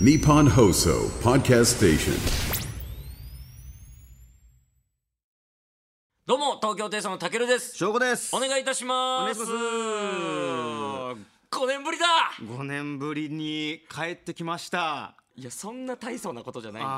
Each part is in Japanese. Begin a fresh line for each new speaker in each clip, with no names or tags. Nippon Hoso Podcast Station.
どうも東京テイソンのたけるです
翔吾です
お願いいたします
お願いし
5年ぶりだ
5年ぶりに帰ってきました
いやそんな大層なことじゃないんだ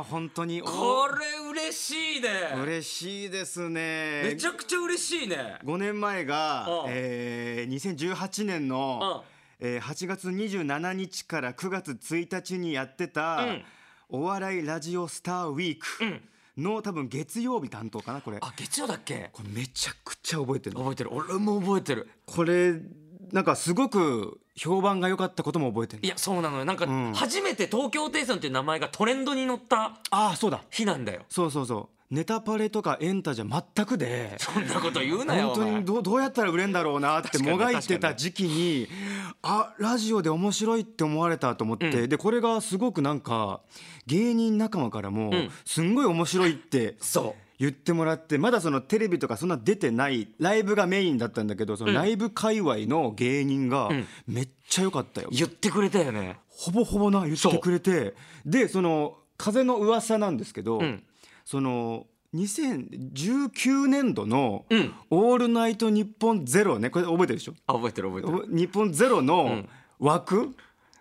あー本当にお
これ嬉しいね
嬉しいです
め
ね
ちゃくちゃ嬉しいね
5年前が
う、ん
えー、2018年の、えー、8月27日から9月1日にやってた、
ん
お笑いラジオスターウィークの、多分月曜日担当かなこれ
あ月曜だっけ
これめちゃくちゃ覚えてる
覚えてる俺も覚えてる
これなんかすごく評判が良かったことも覚えてる
いやそうなのよなんか、初めて東京テイソンっていう名前がトレンドに乗った
ああそうだ
日なんだよ
そうそうそうネタパレとかエンタじゃ全くで
そんなこと言うなよ
本当
お前
にどうどうやったら売れんだろうなって
確かに
もがいてた時期にあラジオで面白いって思われたと思って、でこれがすごくなんか芸人仲間からもすんごい面白いって
そ
言ってもらってまだそのテレビとかそんな出てないライブがメインだったんだけどそのライブ界隈の芸人がめっちゃ良かったよ
う言ってくれたよね
ほぼほぼな言ってくれてでその風の噂なんですけど、
ん
その2019年度の
ん
「オールナイトニッポンゼロねこれ覚えてるでしょ
あ覚えてる覚えてる
お日本ゼロの枠、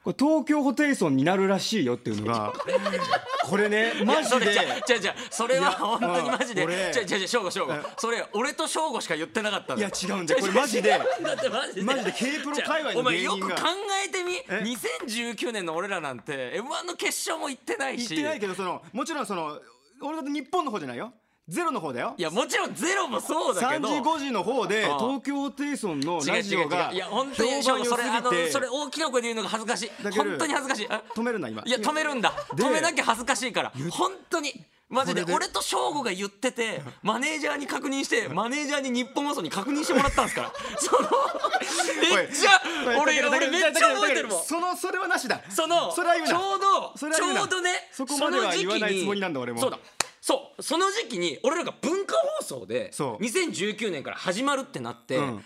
これ東京ホテイソンになるらしいよっていうの がこれねマジ
それ
で
じゃじゃじゃそれ
いや
は本当にマジで
うん俺
じゃじゃじゃしょうごしょうごそれ俺としょうごしか言ってなかったん
い
だ
や
よ
違うんだよこれマジで
だってマジで
マジで K-PRO 界隈
お
の芸人が
前よく考えてみ2019年の俺らなんて m 1の決勝も行ってない
言っ
して
ないけどそのもちろんその俺だと日本の方じゃないよゼロの方だよ
いやもちろんゼロもそうだけ
3
ど
時5時の方で
ああ
東京ホテイソンの
違う
ラジ
違う違
オ
う
が
いや
評
本当にしょう
判良
ご
す
それあの
ぎて
それ大きな声で言うのが恥ずかしい
だけど
本当に恥ずかしいあ
止めるな今
いや止めるんだ
で
止めなきゃ恥ずかしいから本当にマジで
これで
俺と翔吾が言っててマネージャーに確認してマネージャーに日本放送に確認してもらったんですからそのめっちゃ
おい
俺
だ
俺
けど
めっ
だけ
ち
ど
ゃ覚えてるもん
だけどそのそれはなしだ
その
それは言うな
ちょうど
それは言うな
ちょうどね
そこまでは
その時期に
言わないつもりなんだ俺も
そうだそうその時期に俺らが文化放送で
そう
2019年から始まるってなって、
うん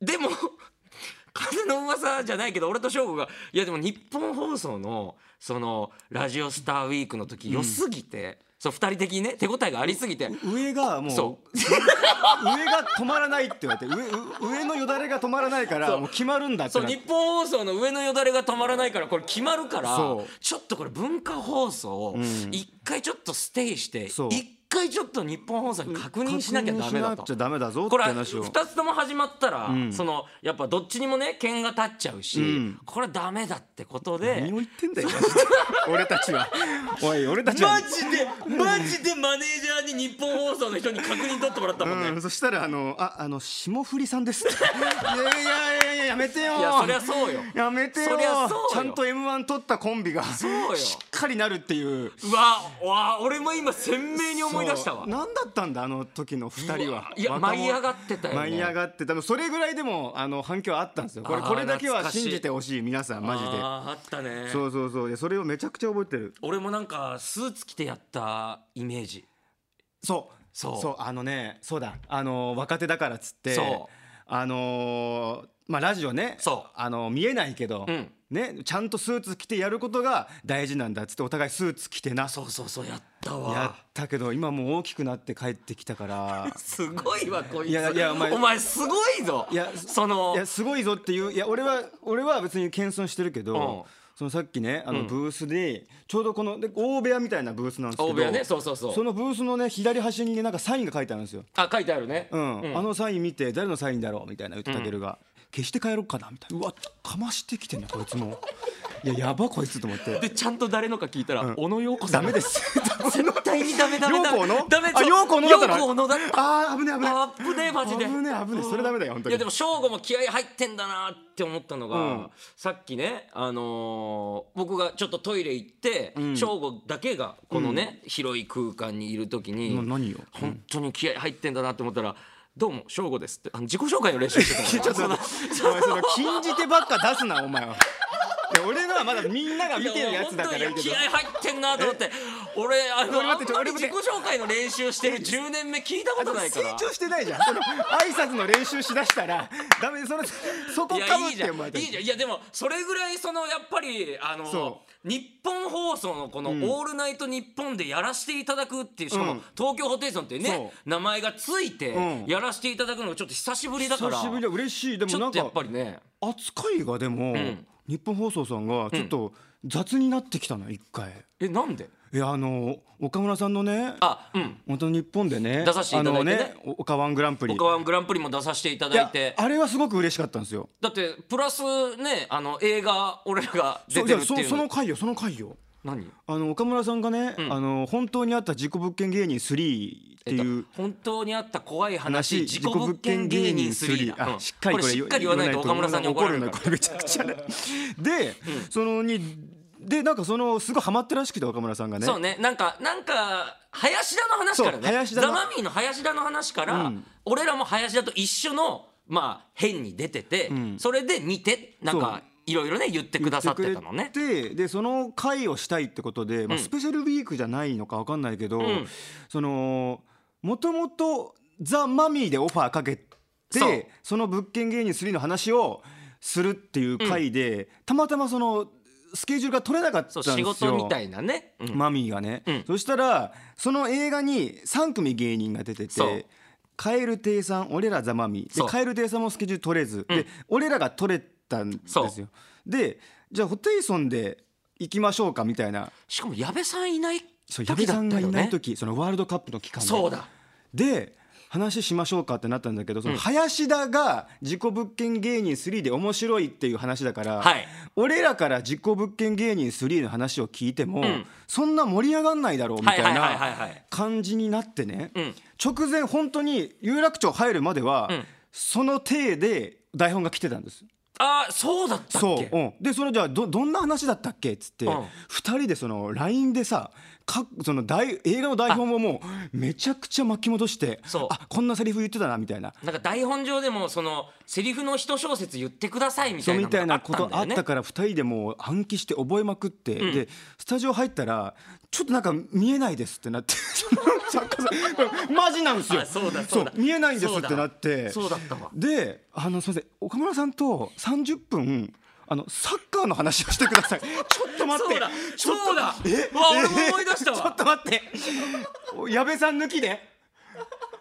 でも 風の噂じゃないけど俺と翔吾がいやでも日本放送のそのラジオスターウィークの時良すぎて、そう2人的にね手応えがありすぎて
上がもう
そ
上が止まらないって言われて上上上のよだれが止まらないからもう決まるんだって
そう
なっ
日
て
本放送の上のよだれが止まらないからこれ決まるから
そう
ちょっとこれ文化放送を一回ちょっとステイして
そう
一回ちょっと日本放送に確認しなきゃダメだ
確認しな
と
きゃ。ダメだぞって
これは
話を
2つとも始まったら、そのやっぱどっちにもね剣が立っちゃうし、
ん
これはダメだってことで
何を言ってんだよマジで俺た ちはおい俺たちは
マジでマジでマネージャーに日本放送の人に確認取ってもらったもんね、
うん、そしたらあのああの霜降りさんですっ ていやいやいやいややめてよ
いやそりゃそうよ
やめてよ
そりゃそうよ
ちゃんと m 1取ったコンビがし
そうよ
っかりなるっていう
うわうわ俺も今鮮明に思い出したわ
そう何だったんだあの時の2人はい
や
若者
舞い上がってたよね
舞い上がってたそれぐらいでもあの反響あったんですよこれ
あー
これだけ
懐
は
かしい
信じてほしい皆さんマジで
あーあったね
そうそうそういやそれをめちゃくちゃ覚えてる
俺もなんかスーツ着てやったイメージ
そう
そう
あのねそうだあの若手だからっつって
そう
あのーまあラジオね
そう
あの見えないけど、
うん
ねちゃんとスーツ着てやることが大事なんだっつってお互いスーツ着てな
そうそうそうやった
や
わ
ったけど今もう大きくなって帰ってきた から
すごいわこいつ
いやいや
お
お
前
前
すごいぞ
いや
その
いやすごいぞっていういや俺は俺は別に謙遜してるけど、
うん
そのさっきねあのブースで、ちょうどこので大部屋みたいなブースなんですけど
大部屋ねそうそうそう
そのブースのね左端にねなんかサインが書いてあるんですよ、
あ書いてあるね
うんあのサイン見て誰のサインだろうみたいな言ってたけるが、消して帰ろうかなみたいなうわかましてきてんねこい つもいややばこいつと思って
でちゃんと誰のか聞いたら、小野陽子さ
ダ
ん
メです
絶対にダメダメ
陽
ダメ
子の
ダメ
あ陽子のだったの
陽子のだった
あー危ねえ危ねえ
あぶねえマジで
危ねえ危ねえそれダメだよ本当
い
に
やでも省吾も気合入ってんだなって思ったのが、
うん
さっきね、あのー僕がちょっとトイレ行って省吾、だけがこのね、広い空間にいる時に、
な何よ
本当に気合入ってんだなって思ったら「どうも省吾です」ってあの自己紹介の練習 してたちょっと
お前その禁じ手ばっか出すなお前は。いや俺のはまだみんなが見てるやつだからいいけ
気
ど
合。入ってんなと思って俺あの
俺
あ
待って
んまり
俺
自
待っ
己
て
紹介の練習してる10年目聞いたことないか
成
ら。
長してないじゃん。その挨拶の練習しだしたらダメそのそこ
いや
かぶ
いい
っ
じゃ
て
ん
お前
いいじゃんいやでもそれぐらいそのやっぱりあの
そ
日本放送のこの「オールナイトニッポン」でやらせていただくっていうしか
う
も
ん
東京ホテイソンってね
そ
名前がついて
うん
やらせていただくのがちょっと久しぶりだから
久しぶりだ嬉しいで
ち
も
ょ
な
っ
ん
とやっ
か
ぱりね
扱いがでも、
ん
日本放送さんがちょっと雑になってきたの一回
えなんで
いやあの岡村さんのね
あうん
本当に日本でね
出させていただいてね
あのねお岡ワングランプリ
「岡ワングランプリ」も出させていただい
いや
て
あれはすごく嬉しかったんですよ
だってプラスねあの映画俺らが出
そう
て
じ
る
ゃ
っ
あ
て
そ
いう
その回よその回よ
何
あの岡村さんがね、あの本当にあった自己物件芸人3って
えっと
いう、
本当にあった怖い話
話
自己物件芸人3だ、
あ
うん
しっかりこれ
しっかり言わないと岡村さんに怒られるから
怒これめちゃくちゃねで、そのにでなんかそのすごいハマってるらしくて岡村さんがね
そうねなんかなんか林田の話から
そう
ね
林
ザ・
田の
マミーの林田の話から、
うん
俺らも林田と一緒のまあ変に出てて、それで似てなんかい
そ
ろいろね言ってくださってたのね
言ってくれてでその会をしたいってことで、まあ、スペシャルウィークじゃないのか分かんないけど、
ん
そのもともと「ザ・マミー」でオファーかけて
そう
その物件芸人3の話をするっていう会で、たまたまそのスケジュールが取れなかった
そ
ん
う
ですよ
仕事みたいなね、うん
マミーがね、
ん
そしたらその映画に3組芸人が出て
そう
て。カエル亭さん俺らザ・マミー
そう
でカエル亭さんもスケジュール取れず、で俺らが取れたんです
そう
よでじゃあホテイソンで行きましょうかみたいな
しかも矢部さんいない
そう
時だった
矢部さ
よ
ん
ね
がいない時、そのワールドカップの期間で
そうだ
で話しましょうかってなったんだけどその林田が自己物件芸人3で面白いっていう話だから、
はい
俺らから自己物件芸人3の話を聞いても、そんな盛り上がんないだろうみたい
はいはいはいはいは
ない感じになってね、
ん
直前本当に有楽町入るまでは、
ん
その体で台本が来てたんです。
あーそうだったっ
そう、
け
うん、でそれじゃあどどんな話だったっけっつって、
う
二
ん
2人でその LINE でさかその大映画の台本をもうめちゃくちゃ巻き戻して
そう
あこんなセリフ言ってたなみたいな。
なんか台本上でもそのセリフの一小節言ってくださいみた
そう
いな
み
のが
たいなことあ
あった
っ
んだよ
た
ね
から2人でもう暗記して覚えまくって、でスタジオ入ったらちょっとなんか見えないですってなって その作家さんこ れマジなんですよ
あそうだそうだ
見えないんですってなって
そうだそうだったわ
であのすみません岡村さんと30分あのサッカーの話をしてください ちょっと待って
そうだ
ちょっと
そうだ
え
うわ俺も思い出したわ
ちょっと待ってお矢部さん抜きで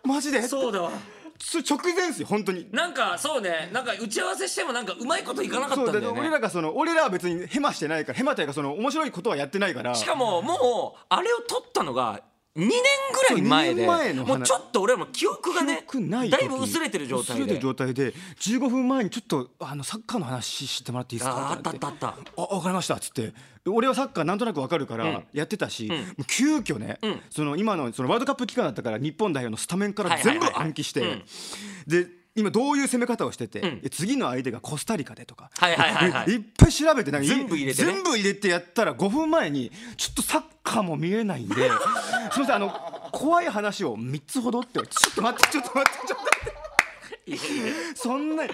マジで
そうだわ
そ直前ですよ本当に
なんかそうねなんか打ち合わせしてもなんかうまいこといかなかったんだ
そ
よ
う俺ら
ね
がその俺らは別にヘマしてないからヘマというかその面白いことはやってないから
しかももうあれを取ったのが2年ぐらい前で
そう二年前の
も
話
うちょっと俺らも記憶がね
記憶ない時
だいぶ薄れてる状態
薄れて
で
る状態で15分前にちょっとあのサッカーの話してもらっていいですか
あーあったあったあった
あ分かりましたっつって俺はサッカーなんとなく分かるからやってたし、もう急遽ね、その今のそのワールドカップ期間だったから日本代表のスタメンか
は
ら
いはい
全
はい
部
はい
暗記して、
うん
で今どういう攻め方をしてて、で次の相手がコスタリカでとか、
はいはいはいはい
いっぱい調べてなんか
全部入れてね
全部入れてやったら5分前にちょっとサッカーも見 えないんですみませんあの怖い話を3つほどってちょっと待ってちょっと待ってちょっと待って
いやいや
そんな
あ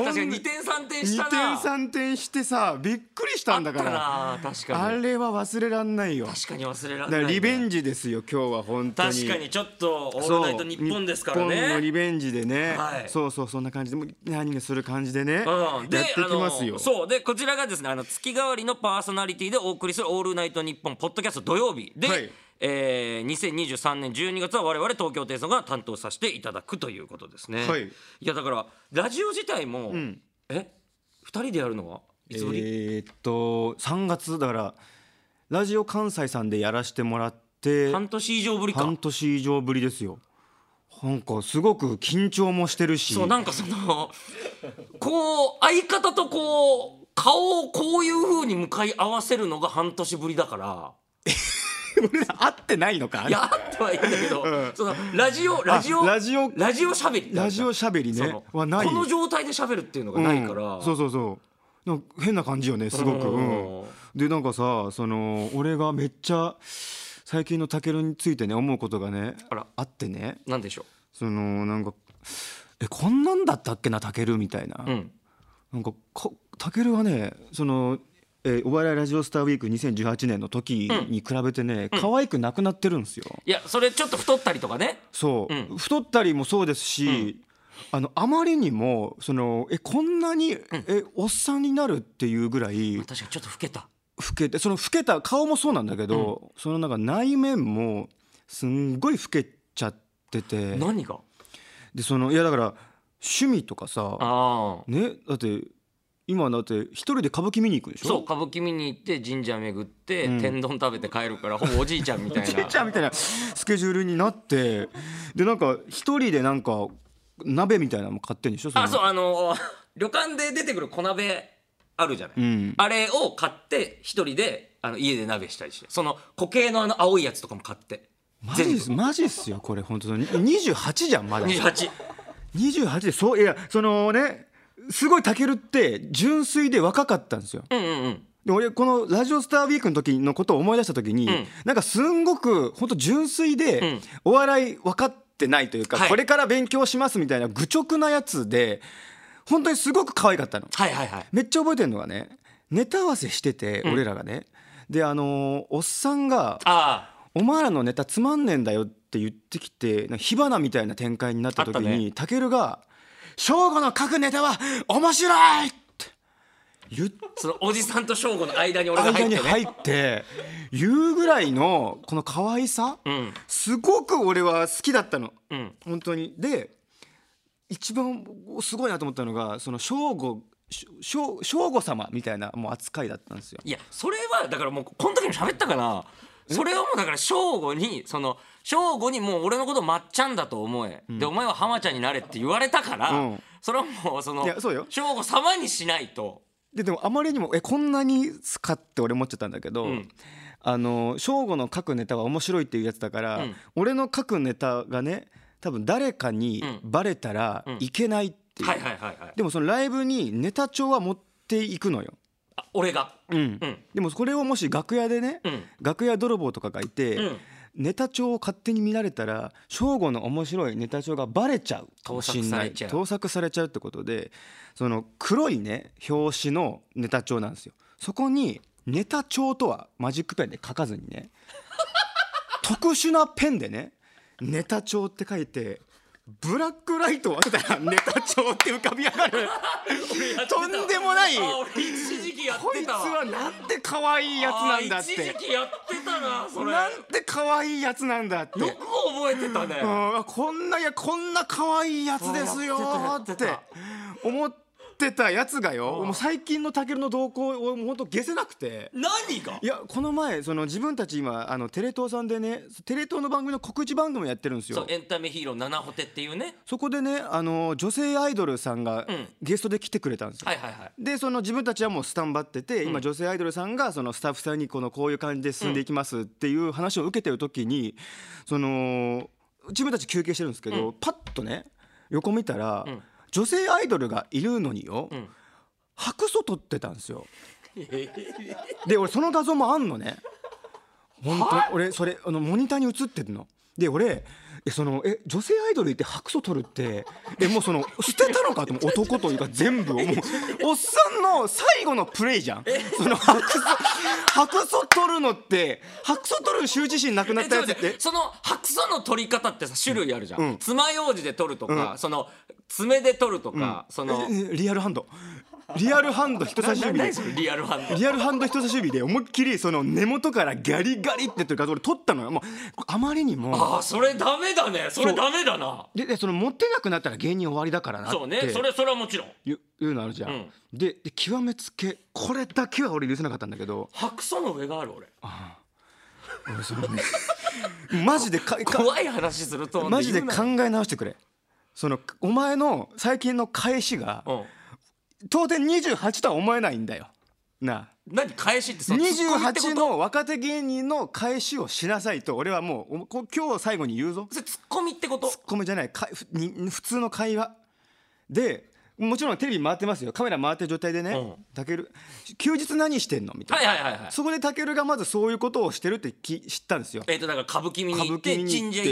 確かに2点3点した
2
な
点3点してさびっくりしたんだから
あったな確
あ
かに
れは忘れらんないよ。
確かに忘れら
だ
れ
か
ない
ら
ね
リベンジですよ今日は本当に。
確かにちょっと「オールナイト日本」ですから
そう日本のリ
ね
ベンジでね、
はい
そうそうそんな感じでもう何がする感じでね、
うん、で
やってきます
あ
よ
の。そうでこちらがですねあの月替わりのパーソナリティでお送りする「オールナイトニッポン」ポッドキャスト土曜日で、
はい
えー2023年12月は我々東京テイソンが担当させていただくということですね。
はい
やだからラジオ自体も、え二人でやるのはいつぶり、
えーっと3月だからラジオ関西さんでやらせてもらって
半年以上ぶりか
半。年以上ぶりですよ。なんかすごく緊張もしてるし。
そうなんかそのこう相方とこう顔をこういう風に向かい合わせるのが半年ぶりだから。
俺ら 会ってないのか。
いやあってはいいんだけど、そのラジオラジオ
あラジオ
ラジオしゃべり
ラジオしゃべり
そ
ね
の
はない。
この状態でしゃべるっていうのがないから、
うんそうそうそうなんか変な感じよねすごく、
うん
うんでなんかさその俺がめっちゃ最近のタケルについてね思うことがね
あら
ってね
なんでしょ
そのなんかえこんなんだったっけなタケルみたいな、
う、うん、
なんかかタケルはねその、えーお笑いラジオスターウィーク2018年の時に比べてね、可愛くなくなってるんですよ、
いやそれちょっと太ったりとかね
そう、
うん
太ったりもそうですし、あのあまりにもそのえこんなに、えおっさんになるっていうぐらい
確かにちょっと老けた
老けてその老けた顔もそうなんだけど、そのなんか内面もすんごい老けちゃってて
何が
でそのいやだから趣味とかさ
ああ
ねだって今だって一人で歌舞伎見に行くでしょ
そう歌舞伎見に行って神社巡って、
ん
天丼食べて帰るからほぼおじいちゃん みたいな
ちっちゃみたいなスケジュールになってでなんか一人でなんか鍋みたいなのも買ってんでしょ
あそう
う
あの旅館で出てくる小鍋あるじゃない、
ん
あれを買って一人であの家で鍋したりしてその固形のあの青いやつとかも買って
マジですマジっすよこれ本当に28じゃんまだ
28
28でそういやそのねすごいたけるって純粋で若かったんですよ
うんうんうん
で俺この「ラジオスターウィーク」の時のことを思い出した時に、
ん
なんかすんごく本当純粋で、
ん
お笑い分かってないというか、
はい
これから勉強しますみたいな愚直なやつで本当にすごく可愛かったの
はいはいはい
めっちゃ覚えてるのがねネタ合わせしてて、俺らがねであのーおっさんが
ああ
「お前らのネタつまんねえんだよ」って言ってきてなんか火花みたいな展開になった時
あった
に
ね
たけるが「正吾の書くネタは面白い!」って言って。
そのおじさんと省吾の間に俺が入
間
っ
に
てね
入って言うぐらいのこの可愛さ、
ん
すごく俺は好きだったの、
ん
本当にで一番すごいなと思ったのがその正吾しょ正吾様みたいなもう扱いだったんですよ
いやそれはだからもうこの時も喋ったからそれをもうだから省吾にその省吾にもう俺のことまっちゃんだと思え、でお前は浜ちゃんになれって言われたから、
うん
それはもうその
いやそうよ
省吾様にしないと
ででもあまりにもえこんなに使って俺思っちゃったんだけど、
ん
あの正吾の書くネタは面白いっていうやつだから、
ん
俺の書くネタがね多分誰かにバレたらいけないっていう、
はいはいはいはい
でもそのライブにネタ帳は持っていくのよ、
あ俺が
うん
うん
でもこれをもし楽屋でね、
うん
楽屋泥棒とかがいて、
うん
ネタ帳を勝手に見られたら正午の面白いネタ帳がバレちゃうかもしんな
盗作され
い
ちゃう
盗作されちゃうってことでその黒いね表紙のネタ帳なんですよそこにネタ帳とはマジックペンで書かずに ね特殊なペンでねネタ帳って書いてブラックライトを当てたらネタ帳って浮かび上がるとんでもない
あ俺一時期やっ
こい
て
つ
たわ
はなんて可愛いやつなんだっ
あ一時
て
期やってたなそれ
な
よ
んて可愛いやつなんだって
く覚えてたね、
うん、あこんないやこんな可愛いやつですよ
や
ー
って
ったて
やって
思ってたやつがよもう最近のたけるの動向を本当消せなくて。
何が
いやこの前その自分たち今あのテレ東さんでねテレ東の番組の告知番組やってるんです
そう
よ
エンタメヒーロー七ホテっていうね
そこでねあの女性アイドルさんが
ん
ゲストで来てくれたんですよ、
はいはいはい
でその自分たちはもうスタンバってて、今女性アイドルさんがそのスタッフさんにこのこういう感じで進んでいきますっていう話を受けてる時にその自分たち休憩してるんですけど、パッとね横見たら、女性アイドルがいるのによ、白素取ってたんですよ。で俺その画像もあんのね。本当に俺それあのモニターに映ってるの。で俺えそのえ女性アイドルいて白素取るってえもうその捨てたのかと思う男というか全部をもうおっさんの最後のプレイじゃんその白素白素取るのって白素取る羞恥心なくな
え
っ
ち
た
ょ
や
っ
つ
と
っ
待っててその白素の取り方ってさ種類あるじゃん、
うん
爪楊枝で取るとか、その爪で取るとか、その
ええリアルハンドリアルハンド人差し指で
何それリアルハンド
リアルハンド人差し指で思いっきりその根元からガリガリってやってる画像俺撮ったのよもうあまりにも
ああそれダメだねそれ
う
ダメだな
ででその持ってなくなったら芸人終わりだからなって
そうねそれそれはもちろん
いういうのあるじゃん、
うん
でで極めつけこれだけは俺許せなかったんだけど
白素の上がある俺
俺そのね マジでかか
怖い話すると
マジで考
ん
え直してくれそのお前の最近の返しが
うん
当然28とは思えないんだよなあ
何返しってそのツッコミってこ
28
と
の若手芸人の返しをしなさいと俺はもうおこ今日最後に言うぞ
それツッコミってこと
ツッコミじゃないかふに普通の会話でもちろんテレビ回ってますよカメラ回ってる状態でね
うん
「たける休日何してんの?」みたいな、
はいはいはいはい
そこでたけるがまずそういうことをしてるってき知ったんですよ
えっ、とだから歌舞伎見に
歌
行
舞
って
伎見に
神社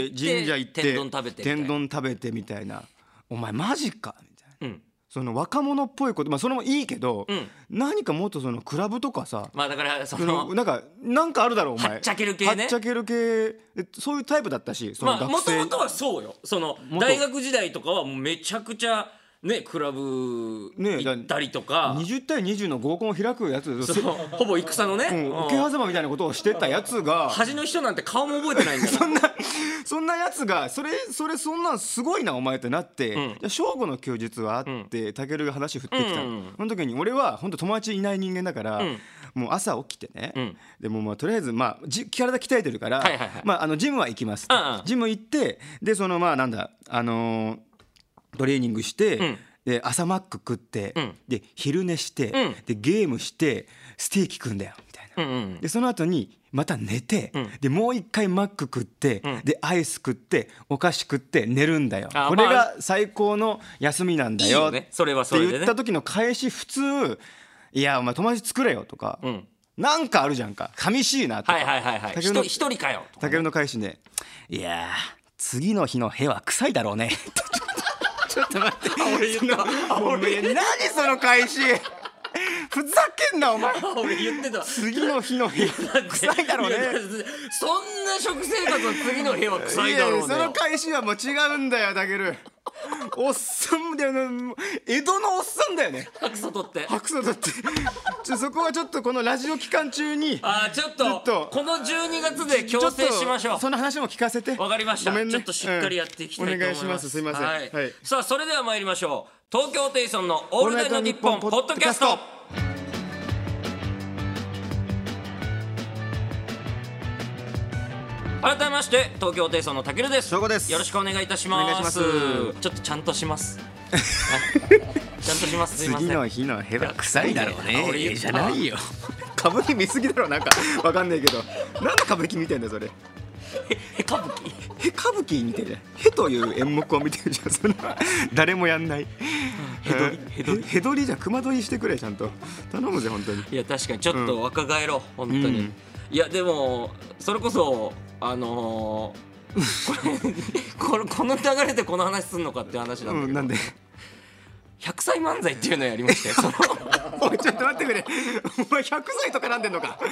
行
行っ
っ
て
て神社行って
天丼食べてみたいな
天丼食べてみたいな「お前マジか」みたいな
うん
その若者っぽいことまあそれもいいけど、
ん
何かもっとそのクラブとかさ
まあだからそ
その
の
なんかなんかあるだろうお前
はっちゃける系ね
はっちゃける系でそういうタイプだったしその
まあも
学
と
生、
もとはそうよその
元
大学時代とかはもうめちゃくちゃねクラブ
ね
行ったりとか、
20対20の合コンを開くやつ
そうほぼ戦のね、
うん
うん
桶狭間みたいなことをしてたやつが
端の人なんて顔も覚えてないんだから
そんな そんなやつがそれそれそんなんすごいなお前ってなって、じゃあ正午の休日はあってたけるが話振ってきたの、
うん
その時に俺は本当友達いない人間だから、
ん
もう朝起きてね、
ん
でもうまあとりあえずまあじ体鍛えてるから、
はいはいはい
まああのジムは行きます、
うんうん
ジム行ってでそのまあなんだあのートレーニングして、
ん
で朝マック食って、
ん
で昼寝して、
ん
でゲームしてステーキ食うんだよみたいな。
うんうん
でその後にまた寝て、でもう一回マック食って、でアイス食ってお菓子食って寝るんだよ
あ
これ
ま
が最高の休みなんだ
いい
よ
よねそれはそれ
っ
でね
て言った時の返し普通「いやお前友達作れよ」とか、
ん
なんかあるじゃんか寂しいなとか、
はいはいはいはい
たけ
一
るの
人一人かよ
たけるの返しね「いやー次の日の部は臭いだ ろうね」ちょっと待って
あ 俺言ったあ
もう
俺
何その返しふざけんなお前
あ俺言ってた
次の日の部屋臭いだろうね
ややそんな食生活の次の部屋は臭いだろうね
ややその返しはもう違うんだよだけるおっさんだよなもう江戸のおっさんだよね
白素取って
白素だってちょそこはちょっとこのラジオ期間中に
あーちょっと
ちょっと
この12月で
ちょ
強
っと
制しましょう
その話も聞かせて
わかりました、
ごめんね
ちょっとしっかりやっていきたいと思います、
うんお願いしますすいません
はい
はい
さあそれでは参りましょう東京ホテイソンの「オールナイトニッポン」ポッドキャスト改めまして東京ホテイソンのたけるです
翔吾です
よろしくお願いいたします
お願いします
ちょっとちゃんとします はいちゃんとしますすいませ
次
ん
の日の部屋臭いだろう
あ俺言っ
ね
た
じゃないよ歌舞伎見すぎだろなんかわかんないけどなんで歌舞伎見てんだよそれ
え歌舞伎
へ歌舞伎見てるじゃん「へ」という演目を見てるじゃんそんな誰もやんないへ
どりへどり
へどりじゃん熊取りしてくれちゃんと頼むぜ本当に
いや確かにちょっと若返ろう、本当に、
うん
いやでもそれこそあのーこれこれこの流れでこの話すんのかって話なんだけ
うん
ど、
なんで
100歳漫才っていうのやりま してその
おいちょっと待ってくれお前100歳と絡んでんのかおい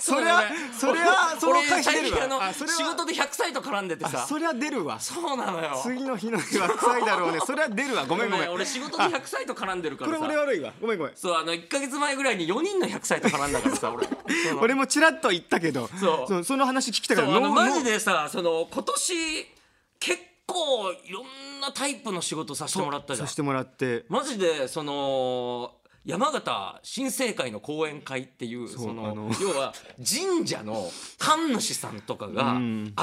それはそれはそれは
俺
返し
最
出る
近あの
わあそれは
仕事で100歳と絡んでて
あ
さ
それは出るわ
そうなのよ
次の日の日は臭いだろうねそれは出るわごめんごめん
ね
こ
俺仕事で100歳と絡んでるから
れ
さ
俺悪いわごめんごめん
そうあの1か月前ぐらいに4人の100歳と絡んだからさ俺その
俺もちらっと言ったけど
そう
そその話聞きたか
そ
ら
うあの
ノー
マジでさその今年結構いろんなタイプの仕事させてもらったじゃん
させてもらって
マジでその山形新生会の講演会っていうそうの
あの
要は神社の神主さんとかが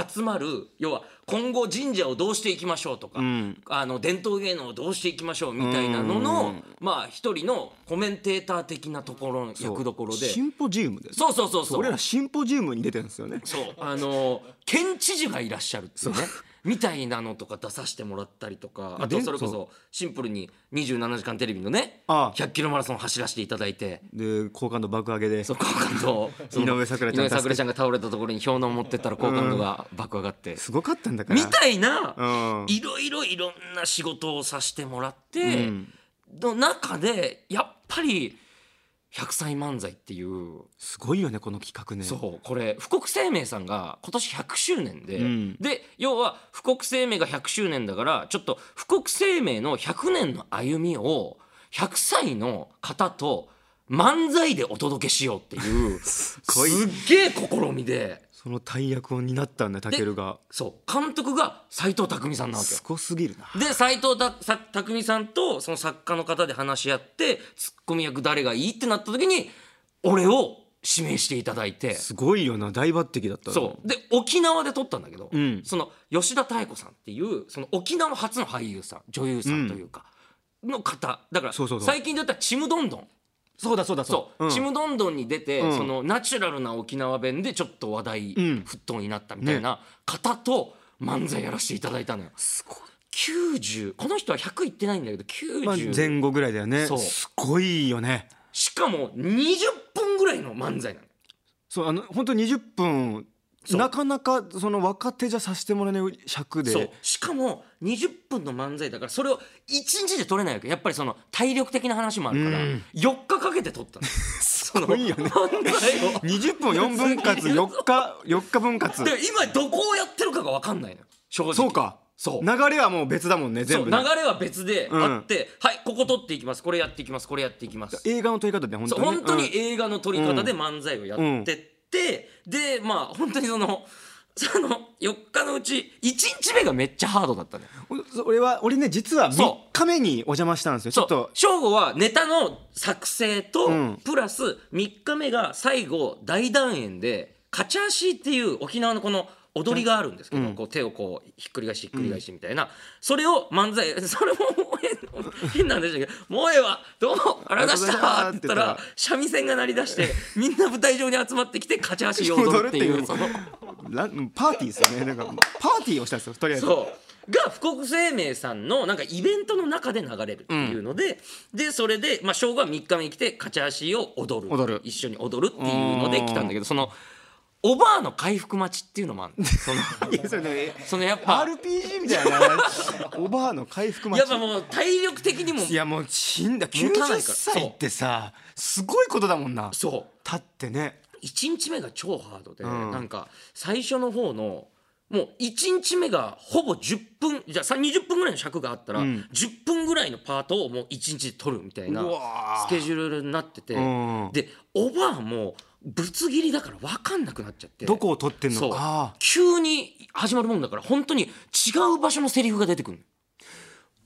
集まる、要は今後神社をどうしていきましょうとか、
ん
あの伝統芸能をどうしていきましょうみたいなのの、まあ一人のコメンテーター的なところの役どころで
シンポジウムです
そうそうそうそう
俺らシンポジウムに出てるんですよね
そうあの県知事がいらっしゃるっていうねみたいなのとか出させてもらったりとかあと
で
それこ
そ
そシンプルに「27時間テレビ」のね
ああ
100キロマラソン走らせていただいて
で好感度爆上げで
そう好感度その
井上咲楽ちゃん
井上咲楽ちゃんが倒れたところに氷のを持ってったら好感度が爆上がって、
すごかったんだから
みたいな、
うん
いろいろいろんな仕事をさせてもらって、の中でやっぱり「100歳漫才」っていう
すごいよねこの企画ね
そうこれ富国生命さんが今年100周年で、
ん
で要は富国生命が100周年だからちょっと富国生命の100年の歩みを100歳の方と漫才でお届けしようっていう す
ごい
っげえ試みで
その大役を担ったんだたけるが
そう監督が斎藤工さんなわけよ
すごすぎるな
で斎藤たさ匠さんとその作家の方で話し合ってツッコミ役誰がいいってなった時に俺を指名していただいて
すごいよな大抜擢だったな
そうで沖縄で撮ったんだけど、
ん
その吉田妙子さんっていうその沖縄初の俳優さん女優さんというか、の方だから
そうそうそう
最近で言ったら「ちむどんどん」
そうだそうだ
そう「
うん
ちむどんどん」に出て、
うん
そのナチュラルな沖縄弁でちょっと話題
ん
沸騰になったみたいな方と漫才やらせていただいたのよ。
すごい
90この人は100いってないんだけど90、
まあ前後ぐらいだよね
そう
すごいよね
しかも20分ぐらいの漫才なの。
そうあの本当20分
う
なかなかその若手じゃさせてもらえない尺で
そうしかも20分の漫才だからそれを1日で撮れないわけやっぱりその体力的な話もあるから4日かけて撮 ったのその
ごいよね
漫才を
20分4分割4日4日分割
だから今どこをやってるかが分かんないのよ正直
そうか
そう
流れはもう別だもんね
そ
全
う
部
流
ね
れは別で
ん
あって、はいここ取っていきますこれやっていきますこれやっていきます
映画の撮り方で本
そ
当
う
にね
本当に映画の撮り方で漫才をやってって、でまあ本当にそのその4日のうち1日目がめっちゃハードだったね
うんそ俺は俺ね実は3
そう
日目にお邪魔したんですよち
そ
ょ
う
っと
省吾はネタの作成と、
ん
プラス3日目が最後大団円でカチャーシーっていう沖縄のこの踊りがあるんですけど、こう手をこうひっくり返しひっくり返しみたいな、それを漫才 それも変変なんでしたけど「もうええわどうもありがとうございました」って言ったら三味線が鳴り出してみんな舞台上に集まってきてカチャーシーを踊るってい
踊る
う
って
そ
いう
の。
ランパーティーですよねなんかパーティーをしたんですよとりあえず
そう が福国生命さんのなんかイベントの中で流れるっていうので、でそれで、まあ、正午は3日目に来てカチャーシーを踊る
踊る
一緒に踊るっていうので来たんだけどそのおばあの回復待ちっていうのもあるのその
いやそれね
そのやっぱ
RPG みたいなおばあの回復待
やっ
ち
ぱもう体力的にも
いやもう死んだ
持たないから
90歳ってさすごいことだもんな
そう
立ってね
1日目が超ハードで、
ん
なんか最初の方のもう1日目がほぼ10分じゃあさ20分ぐらいの尺があったら、10分ぐらいのパートをもう1日で撮るみたいな
うわー
スケジュールになってて、
ん
でおばあもぶつ切りだから分かんなくなっちゃって
どこを撮ってん
そ
の
う
か
急に始まるもんだから本当に違う場所のセリフが出てくる